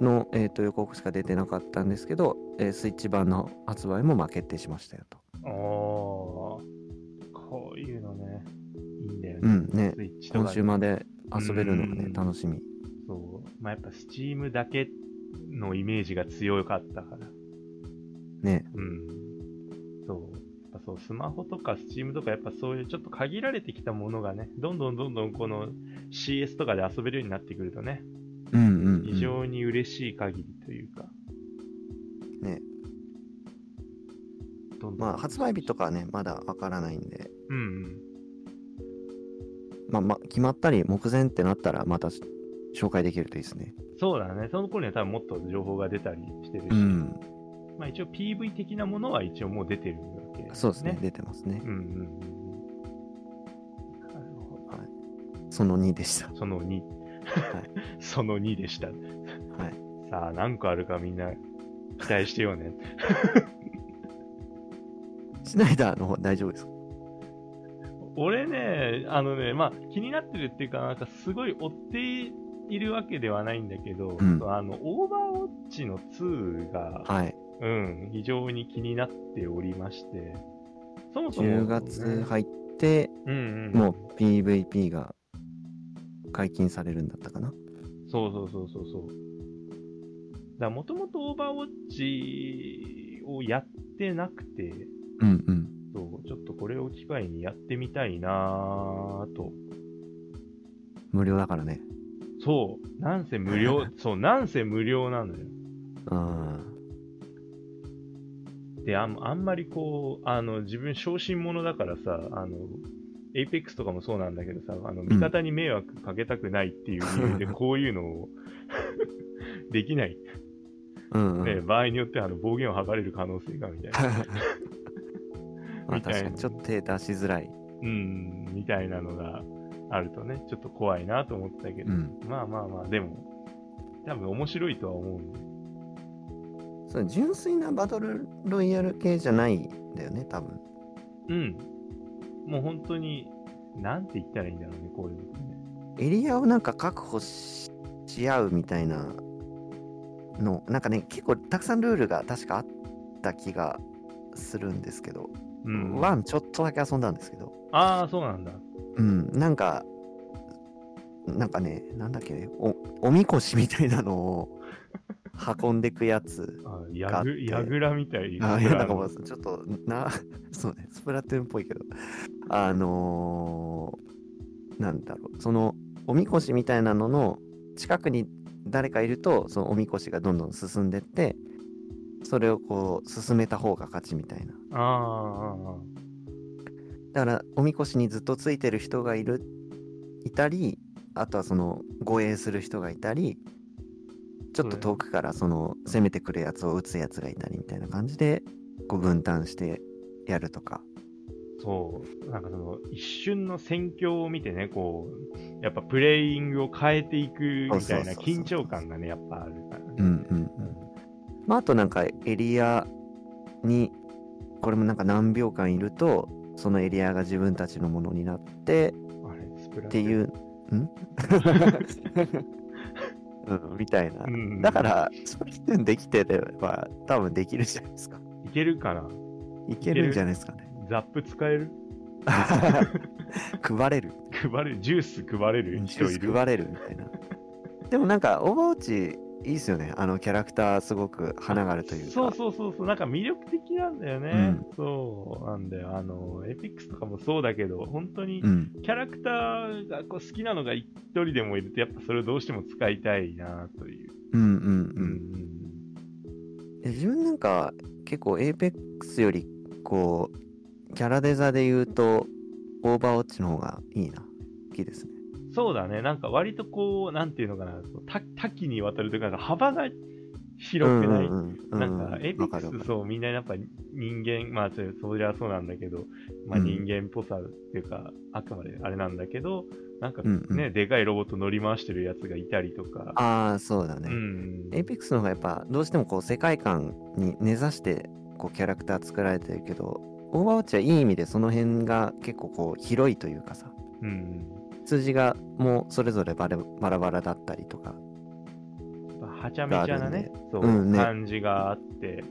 の、えー、と予告しか出てなかったんですけど、えースイッチ版の発売もまあ決定しましたよと。
ああ、こういうのね、いいんだよね。
うんね
スイッチと
今
か
週まで遊べるのが
う
ね
ん、
楽しみ。
そう。まあ、やっぱ、スチームだけのイメージが強かったから。
ね。
うん。そう。やっぱそう、スマホとかスチームとか、やっぱそういうちょっと限られてきたものがね、どんどんどんどんこの CS とかで遊べるようになってくるとね、
うんうん、うん。
非常に嬉しい限りというか。
ね。
どんどん
まあ、発売日とかはね、まだわからないんで、
うんうん。
まあ、まあ、決まったり目前ってなったら、またし紹介できるといいですね。
そうだね。その頃には多分もっと情報が出たりしてる
う
し、
ん。
まあ一応 PV 的なものは一応もう出てるわけ、
そうですね。。出てますね
う。んうんうんうん。なるほど。
その2でした。
その2。そ [LAUGHS] の2でした。
はい。
さあ、何個あるかみんな期待してようね。
シュナイダーの方大丈夫ですか
[LAUGHS] 俺ね、あのね、まあ気になってるっていうか、なんかすごい追っているわけではないんだけど、
うん
あの、オーバーウォッチの2が、
はい。
うん、非常に気になっておりまして、そもそも、
10月入って、
うんうん、
もう PVP が解禁されるんだったかな。
そうそうそうそうそう。だからもともとオーバーウォッチをやってなくて、
うんうん。
そうちょっとこれを機会にやってみたいなぁと。
無料だからね。
そう、なんせ
[LAUGHS]
無料、そう、なんせ無料なのよ。
あ
で、あんあんまりこう、あの、自分、小心者だからさ、あの、エイペックスとかもそうなんだけどさ、あの、味方に迷惑かけたくないっていう
[LAUGHS]
理由で、こういうのを、 [LAUGHS] できない。
あ。うん、うん。
ね、場合によっては、あの、暴言を吐かれる可能性が、みたいな。
[LAUGHS] まあ
みたいな
確かにちょっと手出しづらい。
うん、みたいなのがあるとね、ちょっと怖いなと思ったけど、
うん
まあまあまあ、でも、多分面白いとは思うんで、
そう純粋なバトルロイヤル系じゃないんだよね、多分。
うん。もう本当に、なんて言ったらいいんだろうね、こういうのってね。
エリアをなんか確保しし合うみたいなの、なんかね、結構たくさんルールが確かあった気がするんですけど、
うん。
ワンちょっとだけ遊んだんですけど、
ああ、そうなんだ。
うん、なんか、なんかね、なんだっけね、おおみこしみたいなのを [LAUGHS] 運んでくやつ。
あ
が
や
あっ
ぐ
て
やぐらみたい
あいや、なんかも
あ
うちょっと、な、 [LAUGHS] そうね、スプラトゥーンっぽいけど、あのーなんだろう、その、おみこしみたいなのの近くに誰かいると、そのおみこしがどんどん進んでって、それをこう、進めた方が勝ちみたいな。
あああ、
だからおみこしにずっとついてる人がいるいたりあとはその護衛する人がいたりちょっと遠くからその攻めてくるやつを撃つやつがいたりみたいな感じでこう分担してやるとか
そう。なんかその、一瞬の戦況を見てね、こう、やっぱプレイングを変えていくみたい
そ
な
うそうそうそう
緊張感がね、やっぱあるからね。
うんうんうんまああとなんかエリアにこれもなんか何秒間いるとそのエリアが自分たちのものになって
あれ、スプラ
っ
って
いう、 [LAUGHS] んうん、みたいな
う。ん、
だか、ら、スプラトゥーンできてれば、多分できるじゃないですか。
いけるかない
けるんじゃないですかね。
ザップ使える [LAUGHS]
[LAUGHS] 配れる。
配れるジュース配れる
ジ
人
ュー
い
ス
る
配れるみたいな。でもなんか、オーバーウォッチ、いいっすよね。あのキャラクター、すごく花があるというか。
そうそうそうそうなんか魅力的なんだよね、
うん
そうなんだよあのエピックスとかもそうだけど本当に
うん。
キャラクターがこう好きなのが一人でもいるとやっぱそれをどうしても使いたいなという、
うんうん
う
うん。で自分なんか、結構、エイペックスより、こう、キャラデザで言うと、オーバーウォッチの方がいいな。好きですね。
そうだねなんか割とこうなんていうのかな多多岐にわたるというかなんか幅が広くない、
な
なんか、エイペックス、そう、みんなやっぱ人間、まあ、それそりゃそうなんだけど、まあ、
うん
人間っぽさっていうか、あくまであれなんだけど、なんか
うんうん
ね、でかいロボット乗り回してるやつがいたりとか、
ああ、そうだ
う
ね。
ん。
エイペックスの方がやっぱ、どうしてもこう、世界観に根ざして、こう、キャラクター作られてるけど、オーバーウォッチはいい意味でその辺が結構こう、広いというかさ、
うん。
数字がもうそれぞれバレバラバラだったりとか、
やっぱはちゃめちゃなね、そう、
うんね
感じがあって、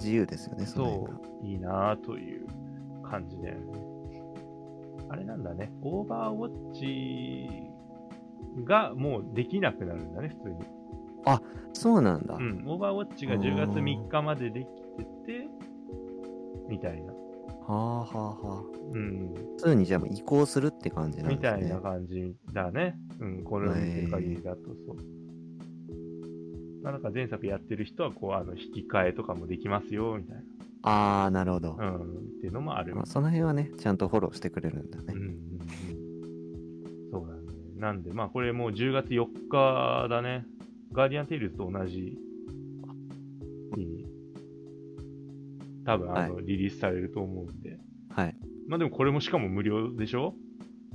自由ですよね、その辺
そ
が。
う、いいなぁという感じだよね。あれなんだね、オーバーウォッチがもうできなくなるんだね、普通に。
そうなんだ。
うん、オーバーウォッチが10月3日までできてて、みたいな。
はあはあはあ。
うん、
普通にじゃあもう移行するって感じなん
み
です
た
ね。
いな感じだね。うん、これを見てる限りだとそう。なんか前作やってる人は、こう、あの、引き換えとかもできますよ、みたい
ああ、なるほど。
な。うん、っていうのもある。
まあ、その辺はね、ちゃんとフォローしてくれるんだ
うんう
ね。
んうんそうだね。なんで、まあこれもう10月4日だね。ガーディアンテイルズと同じ日に、多分あの、リリースされると思うんで。
はい、
まあでもこれもしかも無料でしょ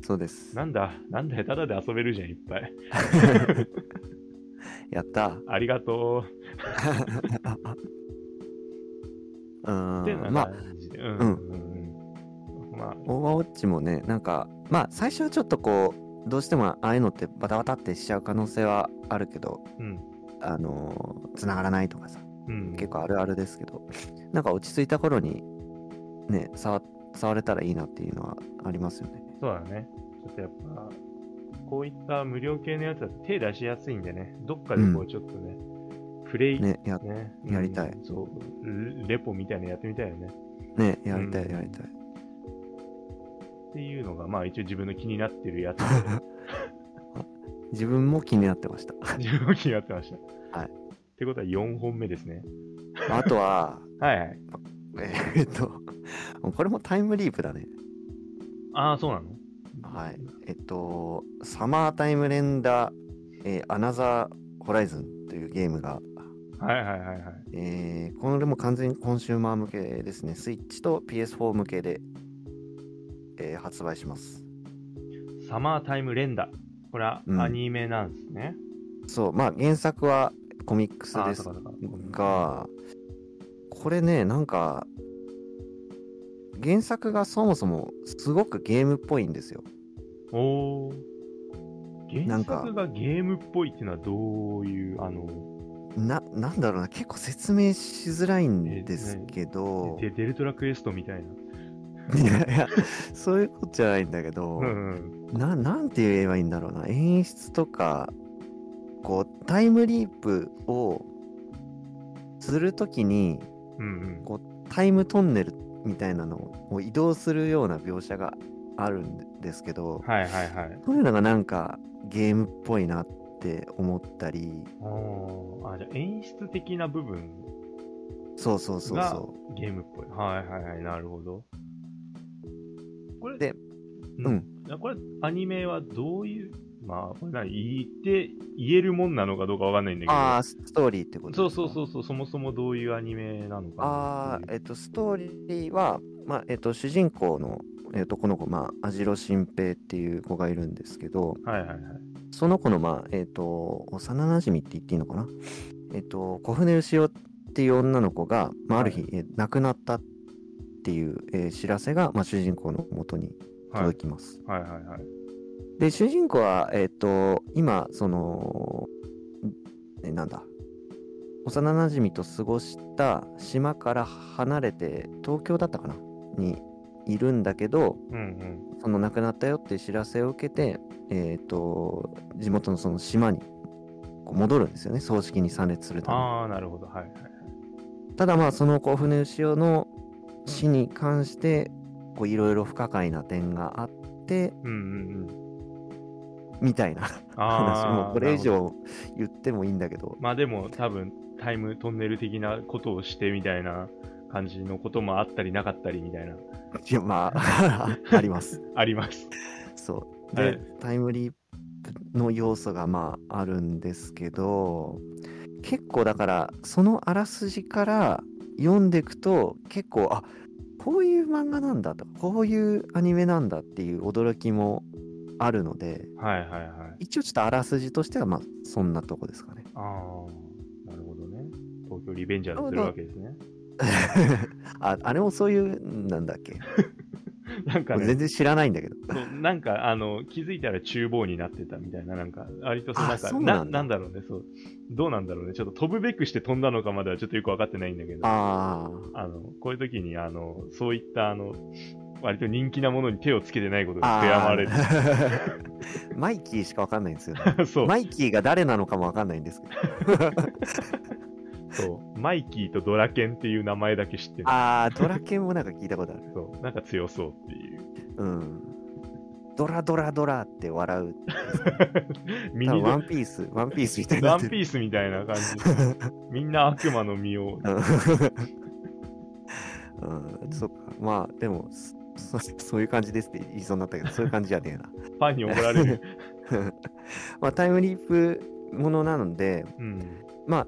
そうです。
なんだ、なんだよ、ただで遊べるじゃん、いっぱい。
や
[LAUGHS]
った
ありがと
ー。う
う。って
ー。
なん
まあ
感、じで。うん。うんうんまあ、
オーバーウォッチもね、なんか、まあ、最初はちょっとこう、どうしてもああいうのってバタバタってしちゃう可能性はあるけど、
うん。
あのー、繋がらないとかさ、
うん。
結構あるあるですけど、なんか落ち着いた頃に、ね、触触れたらいいなっていうのはありますよね。
そうだね。ちょっとやっぱ、こういった無料系のやつだと手出しやすいんでね、どっかでこ
う
うちょっとね、プレイ、ね
ね、や
うん
やりたい
そう、レレポみたいなのやってみたいよね。
ねやりた
うん
い、やりたい。
っていうのが、まあ一応自分の気になって
[LAUGHS]
るやつ
自分も気になってました。 [LAUGHS]
で、自分の気になってました。
はい
ってことは4本目ですね。
あとは、
はいはい。
えーっと、これもタイムリープだね。
ああ、そうなの
はい。えっと、サマータイムレンダー、えーアナザーホライズンというゲームが、
はいはいはいはい。
えーこれも完全にコンシューマー向けですね。スイッチと PS4 向けで、えー発売します。
サマータイム連打。これは
うん
アニメなんですね。
そう、まあ原作はコミックス
ああ、
です
そうかそうか。
が、これね、なんか、原作がそもそもすごくゲームっぽいんですよ。
おお。
な
原
んか
作がゲームっぽいっていうのはどういう、あの、
ななんだろうな結構説明しづらいんですけど、
デデルトラクエストみたいな。
いや [LAUGHS] いやそういうことじゃないんだけど、
うんうん。
ななんて言えばいいんだろうな演出とかこうタイムリープをするときに
うんうん。
タイムトンネルみたいなのを移動するような描写があるんですけど
はいはいはい。
そういうのがなんかゲームっぽいなって思ったり
おーあ、じゃあ演出的な部分
そうそうそう
が
そ
ゲームっぽい。はいはいはい、なるほど。これ、
で
う。
うん
これ、アニメはどういう、まあ、これ何、言って、言えるもんなのかどうかわかんないんだ
う
けど。
ああストーリーってこと
そう
ですか
そうそうそう、そもそもどういうアニメなのかな
あーえっと、ストーリーは、まあえっと、主人公の、えっと、この子、まあ、網代新平っていう子がいるんですけど
はいはいはい。
その子の、まあえっと、幼なじみって言っていいのかな、えっと、小船潮っていう女の子が、まあ、ある日、え亡くなったっていう、えー知らせが、まあ、主人公の元に
はい
届きます。
はいはいはい。
で主人公は、えっと、今そのえなんだ幼なじみと過ごした島から離れて東京だったかなにいるんだけど
うん
その亡くなったよっていう知らせを受けて、えっと地元のその島にこう戻るんですよね葬式に参列する
うん。
ために
ああ、なるほど。はいはい。
ただまあその小船潮の死に関してこういろいろ不可解な点があって
うんうんうん。
みたいな [LAUGHS] 話
ああ。
もうこれ以
なるほ
上言ってもいいんだけど
ど。まあでも、多分、タイムトンネル的なことをしてみたいな感じのこともあったりなかったりみたいな、
いやま
[LAUGHS]
ああります
あり
[LAUGHS]
ます。
そうで、
はい
タイムリープの要素がまああるんですけど結構だからそのあらすじから読んでいくと結構あこういう漫画なんだとかこういうアニメなんだっていう驚きもあるので
はいはいはい。
一応ちょっとあらすじとしてはまあそんなとこです
[LAUGHS]
かね。
ああ、なるほどね。東京リベンジャーズするわけですね。
ああれもそういうなんだっけ、
なんか
もう全
ね、
然知らないんだけど
そうなんかあの気づいたら厨房になってたみたいな、なんか、割とその
あ
なんか
そうな
な
んだ
なんだろうね、そう。どうなんだろうね、ちょっと飛ぶべくして飛んだのかまではちょっとよく分かってないんだけど、
あ
あのこういう時にあのそういったあの割と人気なものに手をつけてないこと
あ
が
あ
悔やまれ
[LAUGHS]
る。
ー [LAUGHS] マイキーしかわかんないんですよ、ね、
そう
マイキーが誰なのかもわかんないんですけど
そう。マイキーとドラケンっていう名前だけ知ってる。
あードラケンもなんか聞いたことある
そうなんか強そうっていう。
うんドラドラドラって笑う
ミ
多分
ニ
ワ
ド
ンピースワンピースみたいにな
ワ
って
ンピ
る
ースみたいな感じ。みんな悪魔の
[LAUGHS]
実を。
うん、 [LAUGHS] うん、そっかまあでもそ [LAUGHS] そういう感じですって言いそうになったけどそういう感じじゃねえな
ファンに怒られる。
[LAUGHS] まあタイムリープものなので
うん。
まあ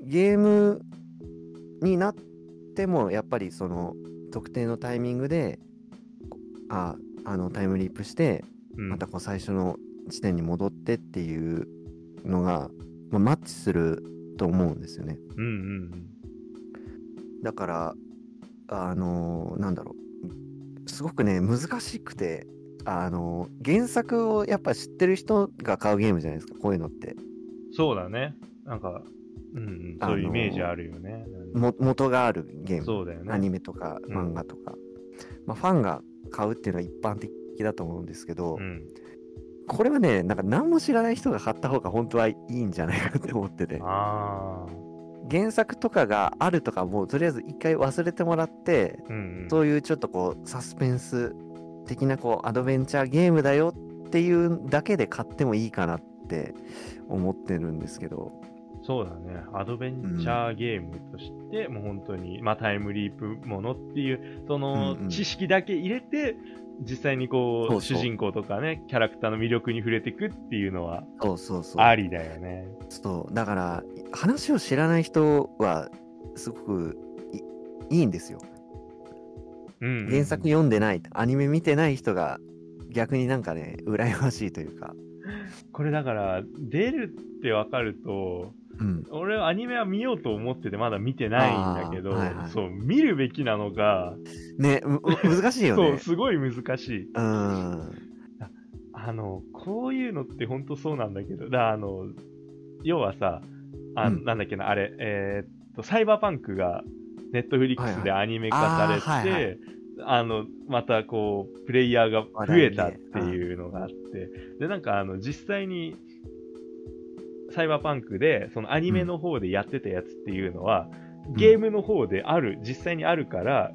ゲームになってもやっぱりその特定のタイミングでこああのタイムリープして
うん
またこう最初の地点に戻ってっていうのが、まあ、マッチすると思うんですよね
うんうん
だからあのーなんだろうすごくね難しくてあのー原作をやっぱ知ってる人が買うゲームじゃないですかこういうのって
うん。そうだね。なんか、うんうん、そういうイメージあるよね。
も元があるゲーム
そうだよね。
アニメとか
うん
漫画とか、まあ、ファンが買うっていうのは一般的だと思うんですけど、
うん。
これはねなんか何も知らない人が買った方が本当はいいんじゃないかって思ってて
ああ。
原作とかがあるとかもうとりあえず一回忘れてもらって、
うんうん。
そういうちょっとこうサスペンス的なこうアドベンチャーゲームだよっていうだけで買ってもいいかなって思ってるんですけど
そうだね。アドベンチャーゲームとして、もう本当に、まあ、タイムリープものっていう、その
うんうん
知識だけ入れて、実際にこう
そうそう
主人公とかね、キャラクターの魅力に触れていくっていうのは、
そうそうそう
ありだよね。
そうだから話を知らない人はすごくいいいんですよ
うんうん、
原作読んでない、アニメ見てない人が逆になんかね羨ましいというか、
これだから、出るってわかると、
うん、
俺はアニメは見ようと思っててまだ見てないんだけど、
あーはいはい
そう、見るべきなのか、
ねむむ難しいよ
そう、
ね
すごい難しい。
うん
あの、こういうのって本当そうなんだけど、だあの、要はさ、あ
うん
なんだっけな、あれ、えーっと、サイバーパンクが、ネットフリックスでアニメ化されて、
あーはいは
あの、またこう、プレイヤーが増えたっていうのがあって、で、なんかあの、実際に、サイバーパンクで、そのアニメの方でやってたやつっていうのは、ゲームの方である、実際にあるから、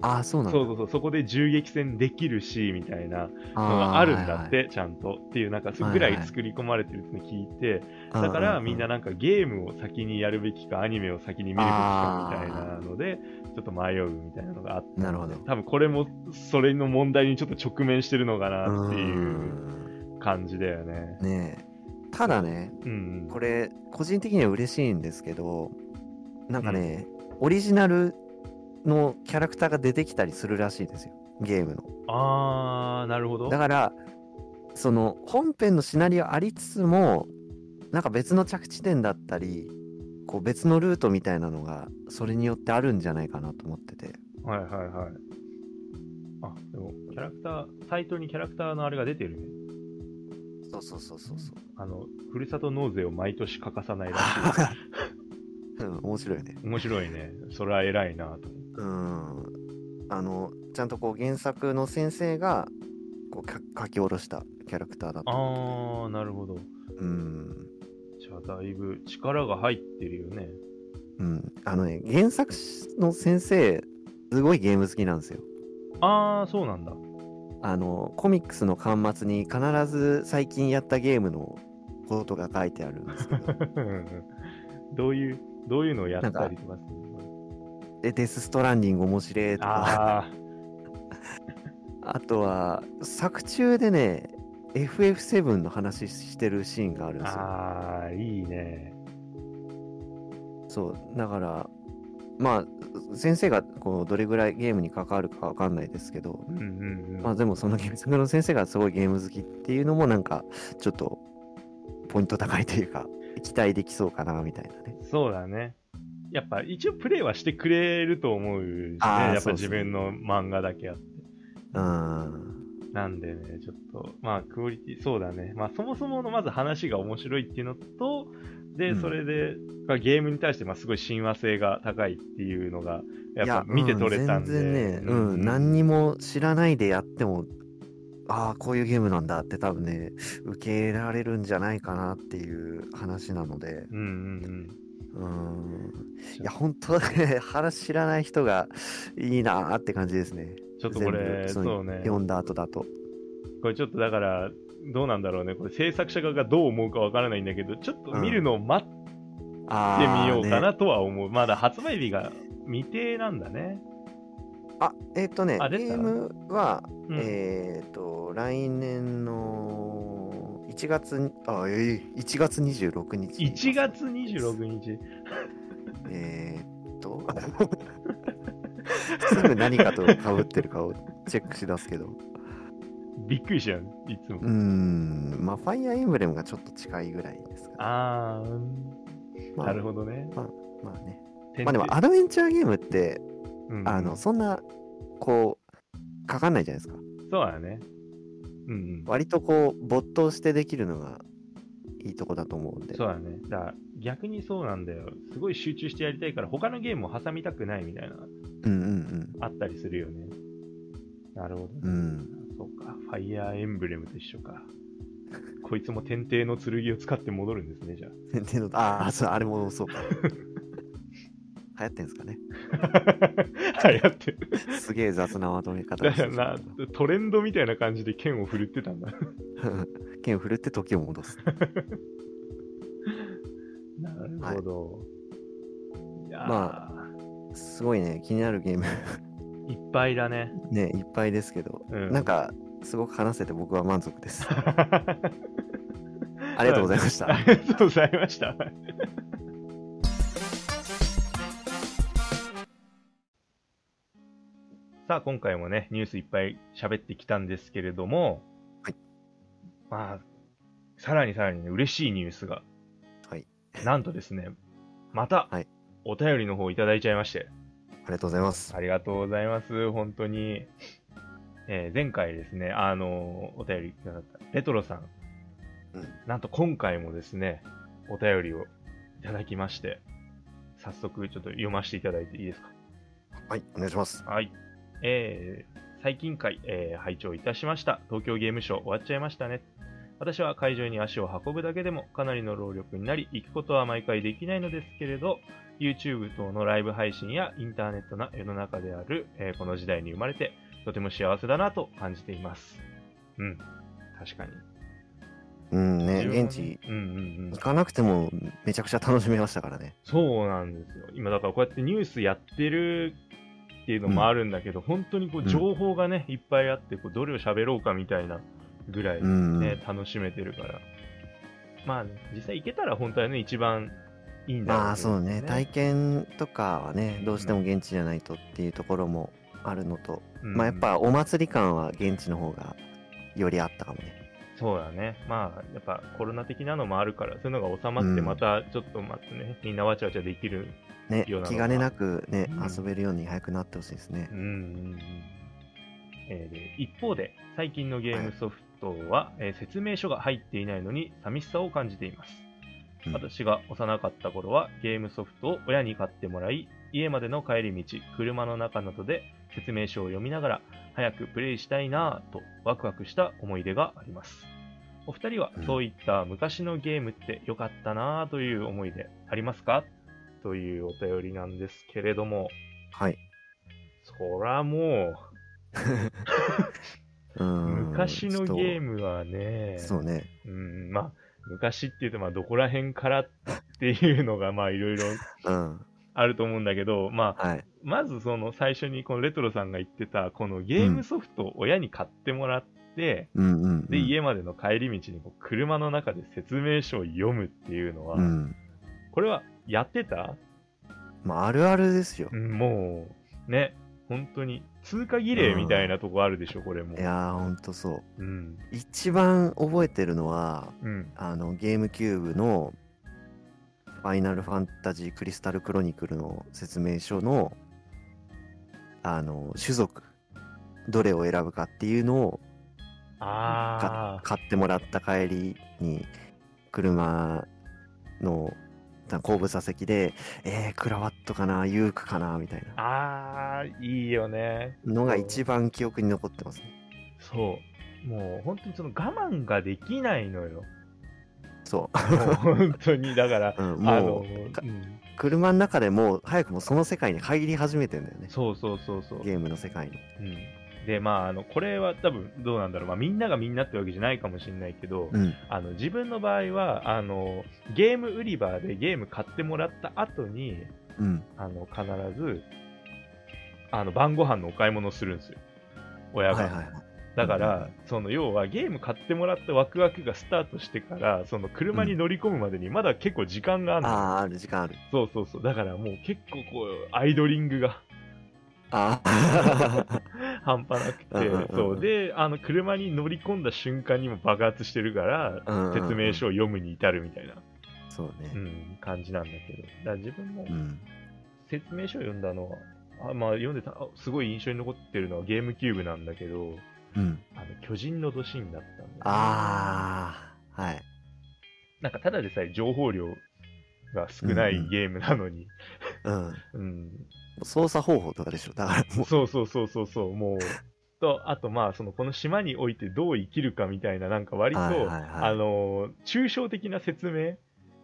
ああそうなんだ
そうそうそう、そこで銃撃戦できるし、みたいな、の
あ
が
ー
あるんだ
はいは
っ
い
て、ちゃんとっていうなんかそ
はい
れ
は
ぐ
い
らい作り込まれてるって聞いて、だか
う
ら
うう
みんななんかゲームを先にやるべきかアニメを先に見るべきかみたいなのでちょっと迷うみたいなのがあって
なるほど
多分これもそれの問題にちょっと直面してるのかなって
う
いうん感じだよね。
ねえただね
うんうん、
これ個人的には嬉しいんですけどなんかね、オリジナルのキャラクターが出てきたりするらしいですよゲームの
あーなるほど。
だからその本編のシナリオありつつもなんか別の着地点だったりこう別のルートみたいなのがそれによってあるんじゃないかなと思ってて
はいはいはい。あでもキャラクターサイトにキャラクターのあれが出てるね。
そうそうそうそうそう
あのふるさと納税を毎年欠かさないらし
[LAUGHS] うん面白いよね
い。面白いね。それは偉いなと思って。
うんあのちゃんとこう原作の先生がこうか書き下ろしたキャラクターだった
ああ、なるほど。
うん、
じゃあ、だいぶ力が入ってるよね。
うん、あのね原作の先生すごいゲーム好きなんですよ
ああ、そうなんだ。 [LAUGHS] う
あのコミックスの端末に必ず最近やったゲームのことが書いてあるんですけど
んどういう、どういうのをやったりとかする
でデス・ストランディング面白いと
の
か
あ
[LAUGHS]
あ、
あとは作中でね FF7 の話してるシーンがあるんですよ
ああ、いいね。
そうだからまあ先生がこうどれぐらいゲームに関わるかわかんないですけど、
うんうんうん。
まあでもその原作の先生がすごいゲーム好きっていうのもなんかちょっとポイント高いというか期待できそうかなみたいなね。
そうだね。やっぱ一応プレイはしてくれると思うしね。
あー
やっ
そ
ぱ
うそう
自分の漫画だけあって。
うん。
なんでね、ちょっと、まあクオリティ、そうだね。まあそもそものまず話が面白いっていうのと、で、
うん
それで、まあ、ゲームに対してまあすごい親和性が高いっていうのが、やっ
いや
ぱ見て取れたんで。
う全然ね、うん、何にも知らないでやっても、ああ、こういうゲームなんだって多分ね、受け入れられるんじゃないかなっていう話なので、
うんうんうん。
うん。いや、本当ね、 [LAUGHS] 話知らない人がいいなーって感じですね。
ちょっとこれ、
全部
そ
そう
うね。
読んだ後だと。
これちょっとだから、どうなんだろうね。これ制作者側がどう思うかわからないんだけど、ちょっと見るのを待っ
あ
て
あ、
みよう
ね
かなとは思う。まだ発売日が未定なんだね。
あ、えっ、とね、
あ
ゲ
出た
ームは、
うん
えっ、と、来年の1月に、あ、えー、1月26日に。
1月26日。
えーっ
[LAUGHS]
と、すぐ何かと被ってるかをチェックしだすけど、う
びっくりしちゃう、いつも。
ーん、まあ、ファイアーエンブレムがちょっと近いぐらいですか、ね。
あー、うん
まあ、
なるほどね。
まあね。ま
ま
あでも、アドベンチャーゲームって、あの、
そ
そんな、こう、かかんないじゃないですか。
うだね。うんうん。
割とこう、没頭してできるのがいいとこだと思うんで。
そうだね。だから逆にそうなんだよ。すごい集中してやりたいから、他のゲームを挟みたくないみたいな、
うんうん
あったりするよね。なるほどね。
うん。うん。 [LAUGHS]
そうか、ファイアーエンブレムと一緒か。こいつも天帝の剣を使って戻るんですね、じゃ
先手の、ああ、そう、あれも [LAUGHS] そうか。流行ってんですかね。
[LAUGHS] あ。流行ってる。
すげえ雑 [LAUGHS] なまとめ方
だ
です
か
ね
らな、トレンドみたいな感じで剣を振るってたんだ。
剣を振るって時を戻す。
なるほど。い、やー、
ますごいね、気になるゲーム [LAUGHS]
いっぱいだね。
ね、いっぱいですけど、
うん
なんか、すごく話せて僕は満足です。
[LAUGHS] あ
ありがとうございました。
りがとうございました。 [LAUGHS] さあ、今回もね、ニュースいっぱい喋ってきたんですけれども、
はい
まあ、さらにさらにね、嬉しいニュースが、
はい
なんとですね、また、
はい
お便りの方いただいちゃいまして、
ありがとうございます。
ありがとうございます、本当に。えー前回ですね、あのお便りくださったレトロさん,、
うん
なんと今回もですね、お便りをいただきまして、早速ちょっと読ませていただいていいですか。
はい、お願いします。
はい。えー最近回、えー拝聴いたしました。東京ゲームショウ終わっちゃいましたね。私は会場に足を運ぶだけでもかなりの労力になり、行くことは毎回できないのですけれど、YouTube 等のライブ配信やインターネットな世の中である、えーこの時代に生まれて、とても幸せだなと感じています。うん。確かに。
うんね、
自分もね
現地
うんうんうん
行。かなくてもめちゃくちゃ楽しめましたからね。
そうなんですよ。今だからこうやってニュースやってるっていうのもあるんだけど、本当にこ
う
うん情報がね、いっぱいあって、こうどれを喋ろうかみたいなぐらい、
う
ね
ん、
楽しめてるから。まあ、実際行けたら本当はね、一番いいんだろ
まあ
けど
そうね、体験とかはね、どうしても現地じゃないとっていうところもあるのと、
うん
まあやっぱお祭り感は現地の方がよりあったかもね。
そうだね。まあ、やっぱコロナ的なのもあるから、そういうのが収まって、
うん
またちょっと待ってね、みんなわちゃわちゃできる。
ね
いいよ、な
気兼ねなくね、
うん
遊べるように早くなってほしいですね
う。んうんうん。えーで一方で、最近のゲームソフトは、えー説明書が入っていないのに寂しさを感じています。
うん
私が幼かった頃はゲームソフトを親に買ってもらい、家までの帰り道、車の中などで説明書を読みながら、早くプレイしたいなぁとワクワクした思い出があります。お二人は
うん
そういった昔のゲームって良かったなぁという思い出ありますかというお便りなんですけれども、
はい。
そらも
う
う、
ん
昔のゲー
ム
ムはね、
そうね。
うん、まあ、昔って言うと、まあ、どこら辺からっていうのが、まあ、いろいろ
うん。
あると思うんだけど、まあ、
はい。
まずその最初にこのレトロさんが言ってた、このゲームソフトを親に買ってもらって、
うんうん、うん。
で、家までの帰り道にこう車の中で説明書を読むっていうのは、
うん。
これはやってた
まあ、あるあるですよ
う。んもう、ね、本当に、通過儀礼みたいなとこあるでしょ、これも
い。やー、ほんとそう。
うん。
一番覚えてるのは、
うん。
あの、ゲームキューブの、ファイナルファンタジークリスタルクロニクルの説明書の、あの、種族、どれを選ぶかっていうのを
あ
か買ってもらった帰りに車のな後部座席で「えー、クラワットかなユークかな」みたい
あ、ああ、いいよね。
なのが一番記憶に残ってますね
そう。もう本当にその我慢ができないの
[LAUGHS]
よ。
そ
もう本当に、だから、
う、うん、
あ
も
の
う、か
うん、
車の中でもう早くもその世界に入り始めてんだよね
そうそうそうそう。
ゲームの世界に
うん、で、まあ、あの、これは多分どうなんだろう。まあ、みんながみんなってわけじゃないかもしれないけど、
うん
あの、自分の場合は、あの、ゲーム売り場でゲーム買ってもらった後に、
うん
あの、必ず、あの、晩ご飯のお買い物をするんですよ。親
は
が。
いはいはい
だか
うんうんう
ら
ん、
その要はゲーム買ってもらったワクワクがスタートしてから、その車に乗り込むまでにまだ結構時間があるの、
あーある時間ある
そうそうそう。だからもう結構こう、アイドリングが [LAUGHS]
あー
半端なくて、
うんうんうん
そう。で、あの、車に乗り込んだ瞬間にも爆発してるから、
うんうんうん
[LAUGHS] 説明書を読むに至るみたいな、
そうね
うん、感じなんだけど。だから自分も
うん
説明書を読んだのは、あまあ読んでた、あすごい印象に残ってるのはゲームキューブなんだけど、
うん
あの、巨人のドシーンだったんだよね、
ああはい
なんかただでさえ情報量が少
う
な
んう
い
ん
ゲームなのに、
うん
うん、
操作方法とかでしょだから
[LAUGHS]
もう
そうそうそうそうそう、もう。と、あとまあ、その、この島においてどう生きるかみたいな、なんか割と、
はいはいはい
あのー、抽象的な説明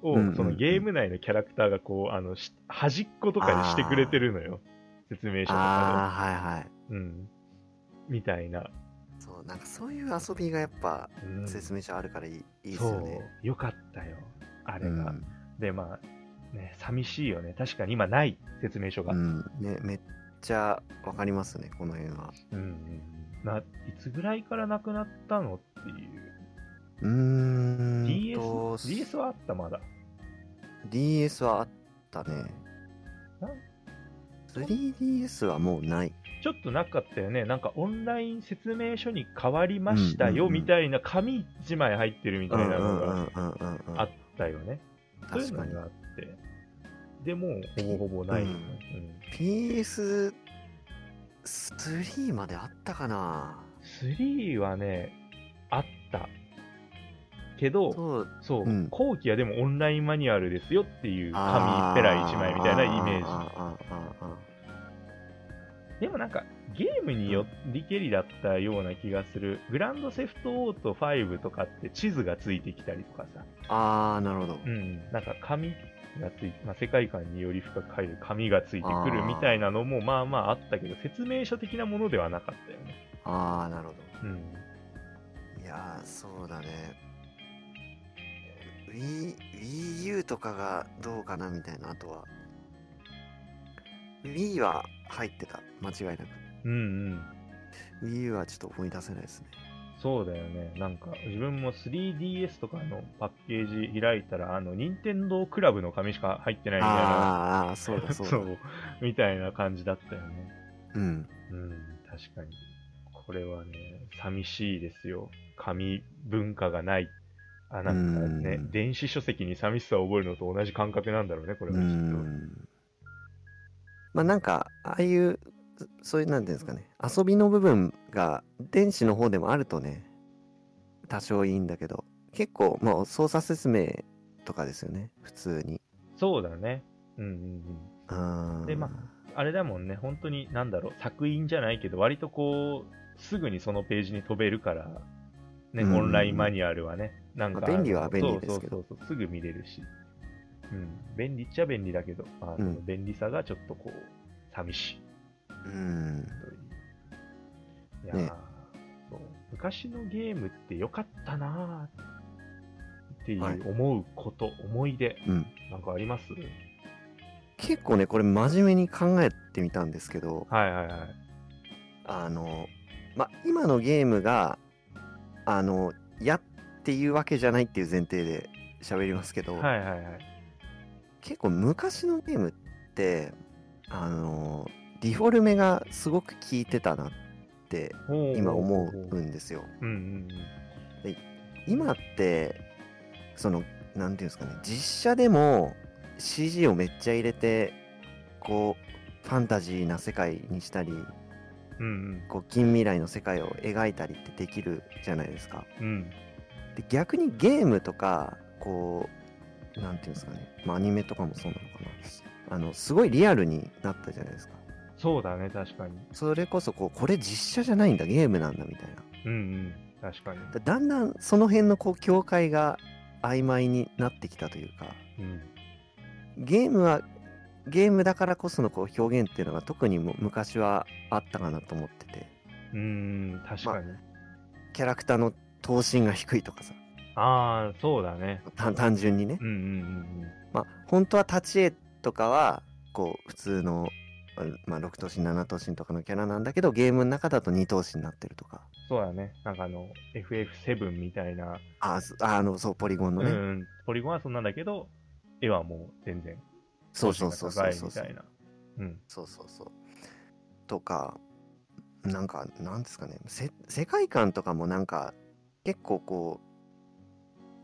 を、
うんうんうん
そのゲーム内のキャラクターがこう、あの、し端っことかにしてくれてるのよ。説明書とか
ああーはいはい
で。うん。みたいな。
そうなんかそういう遊びがやっぱ
うん、
説明書あるからいい,、いいです
そ
よ
う
ね。。
よかったよ。あ
う
れが。
ん
で、まあ、ね、寂しいよね。確かに今ない、説明書が。
うんね、めっちゃわかりますねこの辺は。
うんうんうんないつぐらいからなくなったのっていう
うーん
DS,
と
DS はあったまだ
DS はあったね
な。
3DS はもうない。
ちょっとなかったよねなんかオンライン説明書に変わりましたよ
うんうんうん
みたいな紙1枚入ってるみた
う
い
んう
なん
う
の
んう
が
んうんうん。
あったよねそうい
確
う
か
の
に
があってでもうほぼほぼないよね、うん、
PS3 まであったかな。
3はねあったけど
そう
そう、
うん
後期はでもオンラインマニュアルですよっていう紙ペラ1枚みたいなイメージ
あーあーあーあーあ
でもなんか、ゲームによりけりだったような気がする。グランドセフトオート5とかって地図がついてきたりとかさ。
ーあーなるほど。
うん。なんか紙がついまあ、世界観により深く入る紙がついてくるみたいなのも、まあまああったけど、説明書的なものではなかったよね。
ああなるほど。
うん。
いやーそうだね Wii Wii U とかがどうかなみたいなあとは Wii は入ってた間違いなく
うんうん。
Wii U はちょっと思い出せないですね
そうだよね。なんか、自分も 3DS とかのパッケージ開いたら、あの、任天堂クラブの紙しか入ってないみたいな。
あーあーそうだそうだ
[LAUGHS] そう。みたいな感じだったよね。
うん
うん、確かに。これはね、寂しいですよ。紙文化がない。あ、なんかね
う、ん
電子書籍に寂しさを覚えるのと同じ感覚なんだろうね、これ
う
はきっと。
んまあなんかああいうそそういうなんていうんですかね遊びの部分が電子の方でもあるとね多少いいんだけど結構もう操作説明とかですよね普通に
そうだね。うんうんうん。で、
で
まあ、あれだもんね、本当に、なんだろう、作品じゃないけど、割とこう、すぐにそのページに飛べるから、ね、
うん
オンラインマニュアルはね、なんか、
まあ便利は便利ですけ
そ
ど
うそうそうそう、すぐ見れるし。うん、便利っちゃ便利だけど、まあ、
う
そ
ん
の便利さがちょっとこう、寂しい。
うん
いやー、
ね
そう昔のゲームって良かったなーってい
はいう
思うこと、思い出、
うん
なんかあります
結構ねこれ真面目に考えてみたんですけど
はいはいはい。
あのまあ今のゲームがあのやっていうわけじゃないっていう前提で喋りますけど、
はいはいはい。
結構昔のゲームっって、あのー、リフォルメがすごく効いてたなって今思うんですよ。
うんうん
今って、その、なんていうんですかね、実写でも CG をめっちゃ入れて、こう、ファンタジーな世界にしたり、
うんうん
こう、近未来の世界を描いたりってできるじゃないですか。
うん
で逆にゲームとかこうなんていうんですかね、まあ、アニメとかもそうなのかなあのすごいリアルになったじゃないですか
そうだね確かに
それこそこうこれ実写じゃないんだゲームなんだみたいな
うんうん確かに
だだんだんその辺のこう境界が曖昧になってきたというか
うん
ゲームはゲームだからこそのこう表現っていうのが特にも昔はあったかなと思ってて
うん確かに、
キャラクターの頭身が低いとかさ
ああーそうだね
単単純にね
うんうん
まあ、本当は立ち絵とかは、こう、普通の、うんまあ、6頭身、7頭身とかのキャラなんだけど、ゲームの中だと2頭身になってるとか。
そうだねなんかあの FF7 みたいな、
あ、そああの、そう、ポリゴンの
う
ね。
んポリゴンはそんなんだけど絵はもう全然
そうそうそうそうそう。
高いみたいなうん
そうそうそう。とか、なんか、なんですかね、せ世界観とかもなんか、結構こ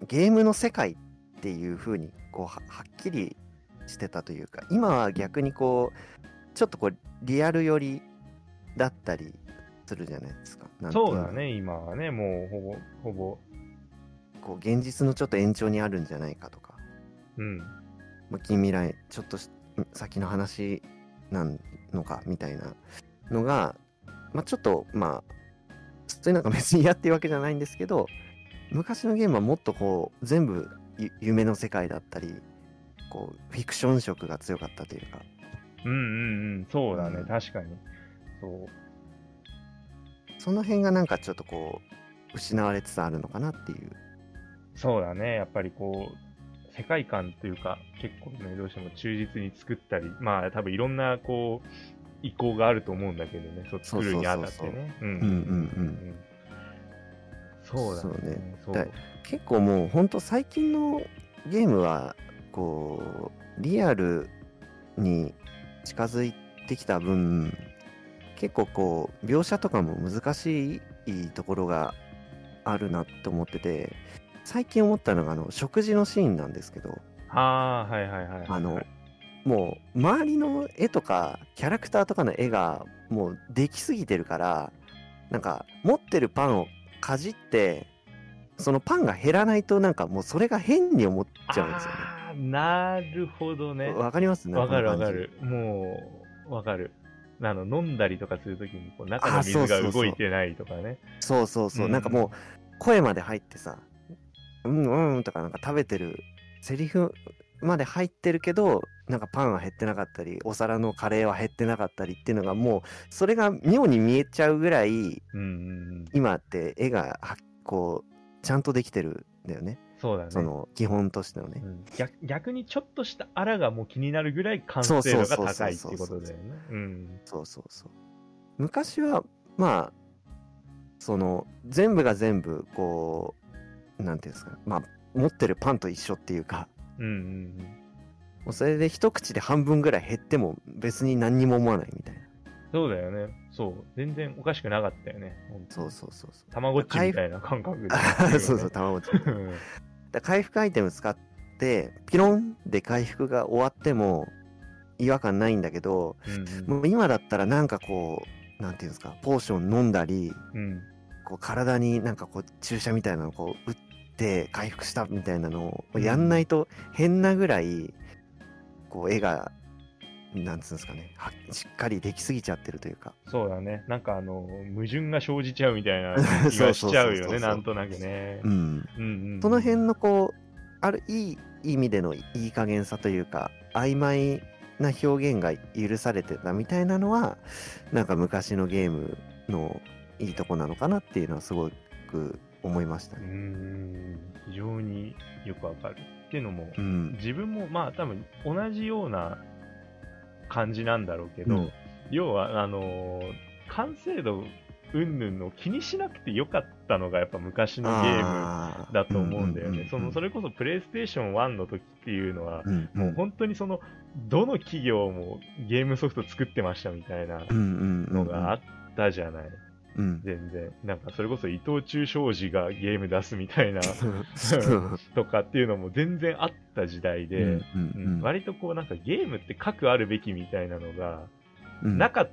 う、ゲームの世界っていう風に、こうは、はっきりしてたというか、今は逆にこう、ちょっとこう、リアル寄りだったりするじゃないですか。なんてい
そう
の
だ。ね今はねもうほぼほぼ
こう、現実のちょっと延長にあるんじゃないかとか、
うん
まあ、近未来、ちょっとし先の話なんのかみたいなのが、まあ、ちょっと、まあ、普通になんか別に嫌っていうわけじゃないんですけど、昔のゲームはもっとこう、全部ゆ夢の世界だったり、こう、フィクション色が強かったというか、
うんうんうんそうだね、
うん
確かにそう
その辺がなんかちょっとこう、失われつつあるのかなっていう。
そうだね、やっぱりこう、世界観というか、結構ね、どうしても忠実に作ったり、まあ、多分いろんな、こう、意向があると思うんだけどね、そう
そうそうそう
作
そう
るにあたってね。うん
うんうん
んそうだ
そうね
ね。そう
だ結構もう、ほんと最近のゲームは、こう、リアルに近づいてきた分、結構こう、描写とかも難しいところがあるなって思ってて、最近思ったのが、あの、食事のシーンなんですけど、
ああ、はいはいはいはい。
あの、もう、周りの絵とか、キャラクターとかの絵が、もう、できすぎてるから、なんか、持ってるパンをかじって、そのパンが減らないと、なんかもう、それが変に思っちゃうんですよ
あーなるほど
ね。。
ね
わかります
わかるわか。
なん
る。もう、わかる。あの、飲んだりとかするときに、こう、中の
あーそう
水
そうそ
が
う
動いてないとか
こ
ね。
の感じそうそうそう、
うん
なんかもう、声まで入ってさ、うんうんとか、なんか食べてる、セリフまで入ってるけど、なんかパンは減ってなかったり、お皿のカレーは減ってなかったりっていうのが、もう、それが妙に見えちゃうぐらい、
うんうんうん。
今って絵がはこうちゃんとできてるんだよね
そうだね。
その基本としてのね、
逆逆にちょっとしたあらがもう気になるぐらい完成度が高いっていうことだよね。うん
そうそうそう昔はまあその全部が全部こうなんていうんですかねまあ持ってるパンと一緒っていうか
うんうん
もうそれで一口で半分ぐらい減っても別に何にも思わないみたいな
そうだよね。そう。全然おかしくなかったよね。ほんと
そうそうそうそう
たまごっちみたいな感覚で、
あ [LAUGHS] そうそう卵ちゃんだか
うん
ら回復アイテム使ってピロンで回復が終わっても違和感ないんだけどもう今だったらなんかこう、なんていうんですか、ポーション飲んだり、
うん
こう体になんかこう注射みたいなのをこう打って回復したみたいなのをやんないと変なぐらい、こう絵が、なんつうんですかね、はしっかりできすぎちゃってるというか。
そうだね。なんかあの、矛盾が生じちゃうみたいな気
そうそ
が
[LAUGHS]
し
うそうそう
ちゃうよね、なんとなくね
う。ん。
うんうん
その辺のこう、あるいい意味でのいい加減さというか、曖昧な表現が許されてたみたいなのは、なんか昔のゲームのいいとこなのかなっていうのはすごく思いました
う
ね。
ん非常によくわかる。っていうのも、
うん。
自分もまあ多分同じような感じなんだろうけど、
うん
要はあのー完成度うんぬんの気にしなくてよかったのがやっぱ昔のゲーム
あー
だと思うんだよね。そのそ
れ、
れこそプレイステーション1の時っていうのは、
うんうん
もう本当にそのどの企業もゲームソフト作ってましたみたいな
うんうん
のがあったじゃない。
うん
全然。なんかそれこそ伊藤忠商事がゲーム出すみたいな
そう
とかっていうのも全然あった時代で、
うん
うん
うん
割とこうなんかゲームって核あるべきみたいなのが
うん
なかっ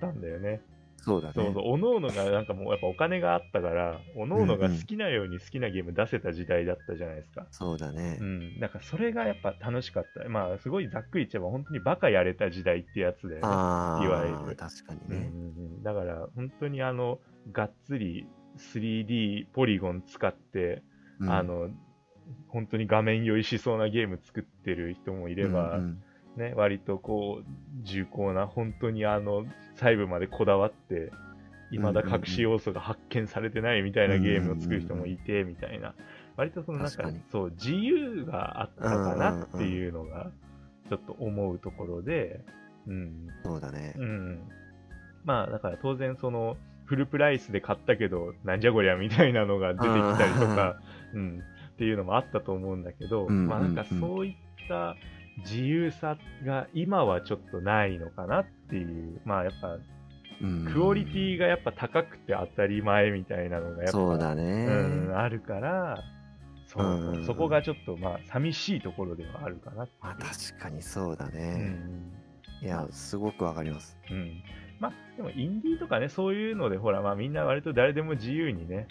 たんだよね。
そうだね
そうそう、おのおのがなんかもうやっぱお金があったから、おのおのが好きなように好きなゲーム出せた時代だったじゃないですか。
そうだね
うん、なんかそれがやっぱ楽しかった。まあすごいざっくり言っちゃえば本当にバカやれた時代ってやつで、
ああ
いわゆる
確かに
うんうん
ね
うんだから本当にあの、がっつり 3D ポリゴン使って、
うん
あの、本当に画面酔いしそうなゲーム作ってる人もいれば、
うん
ね、割とこう、重厚な、本当にあの、細部までこだわって、いまだ隠し要素が発見されてないみたいなゲームを作る人もいて、みたいな。割とそのなんか
確かに
そう、自由があったかなっていうのが、ちょっと思うところで、うん、
うんそうだね
うん。まあ、だから当然その、フルプライスで買ったけど、なんじゃこりゃみたいなのが出てきたりとか、 [LAUGHS] うん、っていうのもあったと思うんだけど、
うん
まあなんか
うんうん
そういった自由さが今はちょっとないのかなっていう、まあやっぱ
うん
クオリティがやっぱ高くて当たり前みたいなのがやっぱ、
そうだね
うん、あるから、そ
う
う、
んうんうん
そこがちょっとまあ寂しいところではあるかなって
まあ確かにそうだ
いう。
ね
うん
いやすごくわかります
うん、まあでもインディーとかねそういうのでほらまあみんな割と誰でも自由にね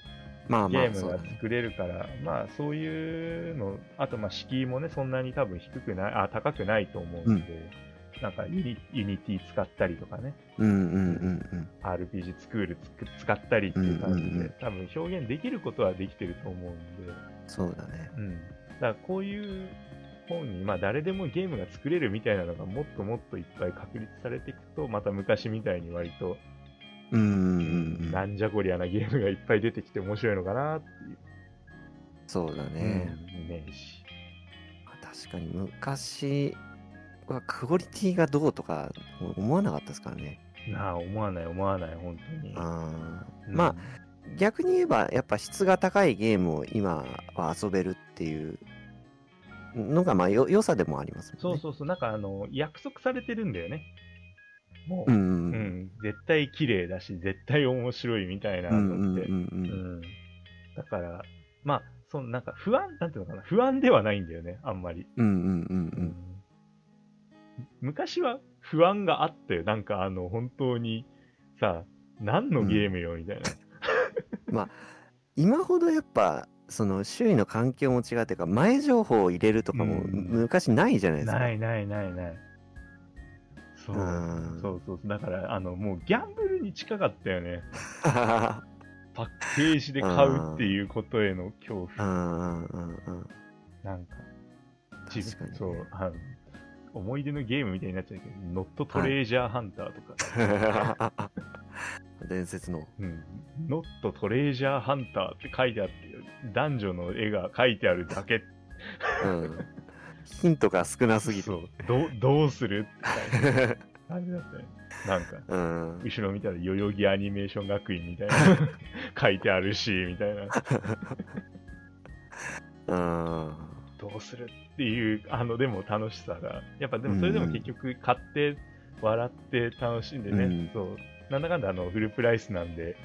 まあ
ゲ
ま
ー
あ
ム
そう
が
だね
作れるから、まあそういうのあとまあ敷居もねそんなに多分低くないあ高くないと思うんで、なんかユニユニティ使ったりとかね
うんうんうん
RPG スクールつく使ったりっていう感じで、
うんうんうん
多分表現できることはできてると思うんで、
うんそうだね
うん、だからこういう本に、まあ、誰でもゲームが作れるみたいなのがもっともっといっぱい確立されていくとまた昔みたいに割と
うんうんうんう
なんんじゃこりゃなゲームがいっぱい出てきて面白いのかなっていう、
そうだね
うんイメージ。
確かに昔はクオリティがどうとか思わなかったですからね。
なあ、思わない思わない、本当に。
あー
うん
まあ逆に言えばやっぱ質が高いゲームを今は遊べるっていうのがまあよ良さでもありますもん
そう
ね。
そうそう、なんかあの、約束されてるんだよね。も
うん
う、
う
うんん、絶対綺麗だし、絶対面白いみたいな
うんうん
のって。
うんう
うんんだから、まあ、そのなんか不安、なんていうのかな、不安ではないんだよね、あんまり。
うんうんうんうん
昔は不安があったよ。なんかあの、本当に、さ、何のゲームよ、みたいな。
今ほどやっぱその周囲の環境も違うというか前情報を入れるとかも
うん
昔ないじゃないですか。 [LAUGHS]
ないないないない。そう
うん
そうそうそうだからあのもうギャンブルに近かったよねパッケージで買うっていうことへの恐
う
怖
んうんうんうん
なんか
確かにね
そうあの思い出のゲームみたいになっちゃうけど「ノットトレジャーハンター」とか、
[LAUGHS] [LAUGHS] 伝説の。
うん「ノットトレジャーハンター」って書いてあって男女の絵が書いてあるだけ
うん、ヒントが少なすぎ
そ
る。
うどうどうするって感じだったよねなんか
うん、
後ろ見たら代々木アニメーション学院
[LAUGHS]
みたいな書いてあるしみたいな
うん、
どうするっていうあのでも楽しさがやっぱでもそれでも結局買って笑って楽しんでね、
うん
そうなんだかんだあのフルプライスなんで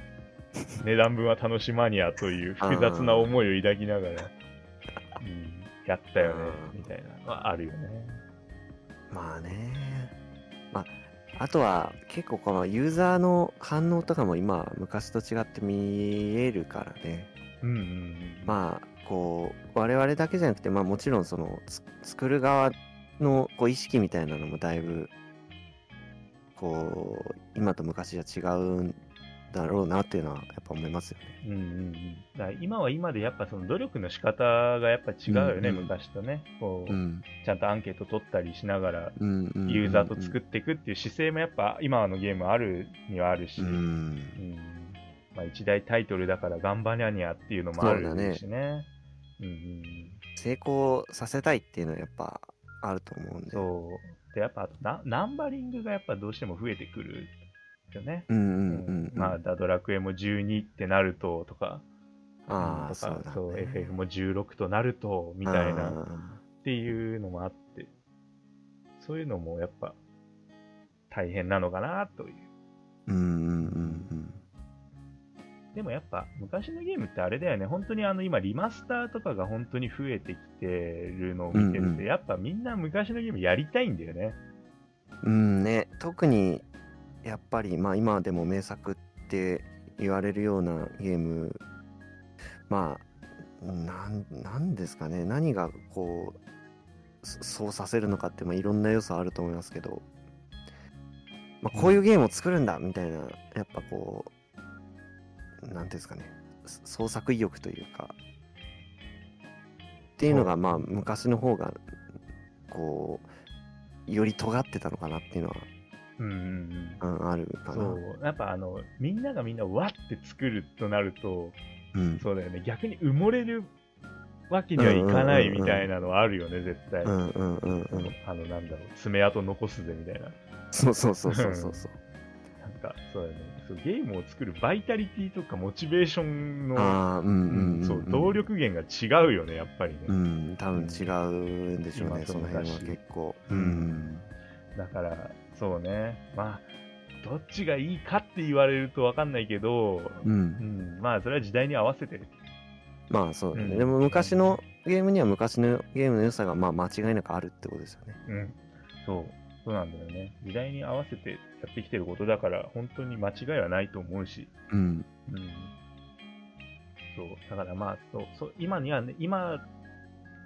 値段分は楽しマニアという複雑な思いを抱きながら、うん、やったよね
うん
みたいなのはあるよね
まあね。まあ、あとは結構このユーザーの反応とかも今昔と違って見えるからね。
うんうんうん
まあこう我々だけじゃなくて、まあ、もちろんそのつ作る側のこう意識みたいなのもだいぶこう今と昔じゃ違うんだろうなっていうのはやっぱ思いますよね。
うんうんうん、だから今は今でやっぱその努力の仕方がやっぱ違うよね、
うんうん
昔とねこう、
うん
ちゃんとアンケート取ったりしながら
うんうんうん
ユーザーと作
っ
っていくっていう姿勢もやっぱ今のゲームあるにはあるし、
う
うん
ん
まあ、一大タイトルだから頑張りゃにゃっていうのもある
そうだね
しね。うんうん
成功させたいっていうのはやっぱあると思うん
うん
で。
そうでやっぱあとナナンバリングがやっぱどうしても増えてくるですよね。
うんう
うん
うんうん。
まあ、ダドラクエも12ってなるととか、
あ
と
あ、
か
そうだ、ね。
そう FF も16となるとみたいなっ
な。
ていうのもあって、そういうのもやっぱ大変なのかなという。
うんうんうん
でもやっぱ昔のゲームってあれだよね、本当にあの今リマスターとかが本当に増えてきてるのを見てると、
うんうん
やっぱみんな昔のゲームやりたいんだよね。
うん。うんね、特にやっぱり、まあ今でも名作って言われるようなゲーム、まあ、なん、なんですかね、何がこう、そそうさせるのかって、まあいろんな要素あると思いますけど、まあこういうゲームを作るんだみたいな、やっぱこう、なんていうんですかね、そ創作意欲というか、っていうのが、まあ昔の方が、こう、より尖ってたのかなっていうのは、
うんうんうん
うん、あるか
そ
な。
うやっぱあのみんながみんなわって作るとなると
うん
そうだよね逆に埋もれるわけにはいかないみたいなのはあるよね絶対、
うんうんうんうん。
あのなんだろう爪痕残すぜみたいな
そうそうそうそうそうそう。
なんかそうだよねそうゲームを作るバイタリティとかモチベーションの、
ああ、うんうんんん。
そう動力源が違うよねやっぱりね、
うん、多分違うんでしょうね、
今と
その辺は
昔
結構。
う
うんん。
だからそうねまあどっちがいいかって言われるとわかんないけど、
う。
うんん、まあそれは時代に合わせて
まあそうだね。
うん
でも昔のゲームには昔のゲームの良さがまあ間違いなくあるってことですよね。
うん、そう、そうなんだよね。時代に合わせてやってきてることだから、本当に間違いはないと思うし、
うん。
うん。そう、だからまあ、そう、そう今にはね、今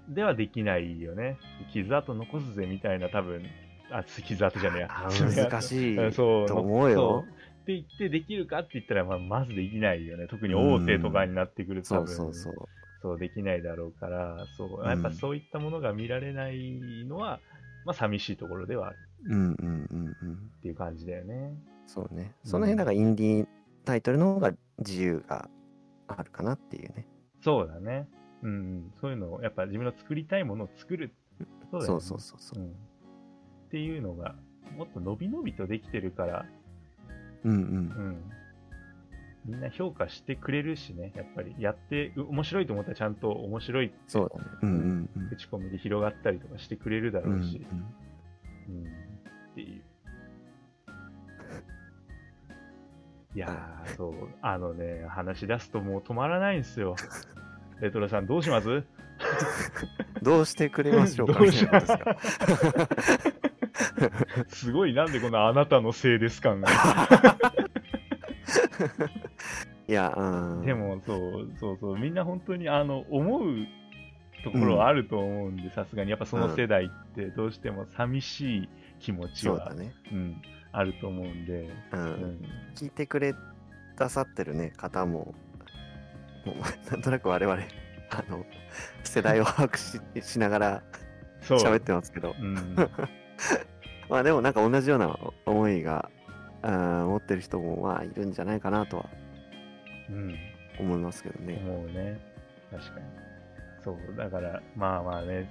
ではできないよね。傷跡残すぜみたいな、多分、あ、傷跡じゃねえや。
あ難
い。
しい
そう、
と思うよ
そう。って言ってできるかって言ったら、まあ、まずできないよね。特に大手とかになってくる
[LAUGHS]
と、
そ
多
う
分
そうそう。
そうできないだろうから、そう
うん
やっぱそういったものが見られないのは、まあ寂しいところではある
うんうんうんうん。
っていう感じだよね。
そうね。
うん
その辺だからインディータイトルの方が自由があるかなっていうね。
そうだね。うん、そういうのを、やっぱ自分の作りたいものを作る。そだよ
そ
ね
うそうそうそうう。
ん。っていうのが、もっと伸び伸びとできてるから、
うんう。
うんん。みんな評価してくれるしね、やっぱり。やって、う面白いと思ったらちゃんと面白いって
そうだね。うんうんうん。
口コミで広がったりとかしてくれるだ
う
ろ
んう
うし、
ん
うんっていう。いやー、そう、あのね、話し出すともう止まらないんですよ。レトロさん、どうします
どうしてくれましょうか
どうしよう
みたいなことですか
すごい、なんでこのあなたのせいです感が。
いや、うん。
でも、そう、そうそう、みんな本当に、あの、思うところはあると思うんで、さすがに、やっぱその世代って、どうしても寂しい気持ち
そう
は、
だね。
うん、あると思うんで、
う。
うんん、
聞いてくれださってるね方ももうなんとなく我々あの世代を把握ししながら
そう。
喋ってますけど
うん、
まあでもなんか同じような思いがうん持ってる人もまあいるんじゃないかなとは
うん
思いますけどね。
思うね。確かに。そう、だから、まあまあね、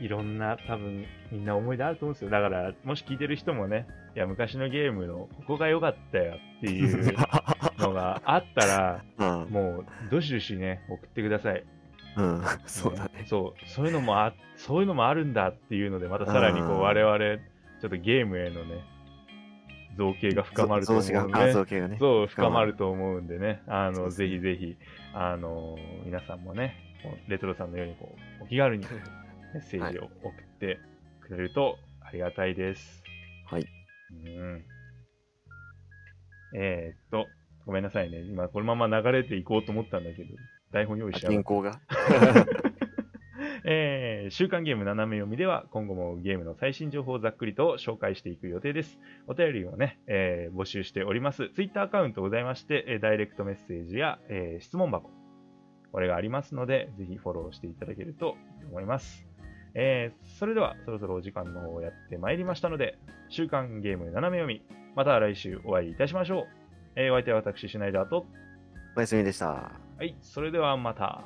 いろんな、多分、みんな思い出あると思うんですよ。だから、もし聞いてる人もね、いや、昔のゲームの、ここが良かったよっていう
[LAUGHS]
のがあったら、
うん、
もう、どしどしね、送ってください。
うん、そうだね。
そう、そういうのもあ、そういうのもあるんだっていうので、またさらに、こ
う
う、
ん
我々、ちょっとゲームへのね、造形が深まると
増
思う
資
の
が
で、
あ造形がね。
そう、深まると思うんでね、あ
そう
の、
です
ぜ
ね
ひぜひ、あの、皆さんもね、こうレトロさんのように、こう、お気軽にメッセージを送ってくれるとありがたいです。
はい。
うん。えー、っと、ごめんなさいね。今、このまま流れていこうと思ったんだけど、台本用意しちゃう
銀。行が。
[LAUGHS] えー週刊ゲーム斜め読みでは今後もゲームの最新情報をざっくりと紹介していく予定です。お便りをね、えー募集しております。ツイッターアカウントございまして、えーダイレクトメッセージや、えー質問箱、これがありますので、ぜひフォローしていただけると思います。えーそれではそろそろお時間の方やってまいりましたので、週刊ゲーム斜め読み、また来週お会いいたしましょう。えーお相手は私、シュナイダーと、
おやすみでした。
はい、それではまた。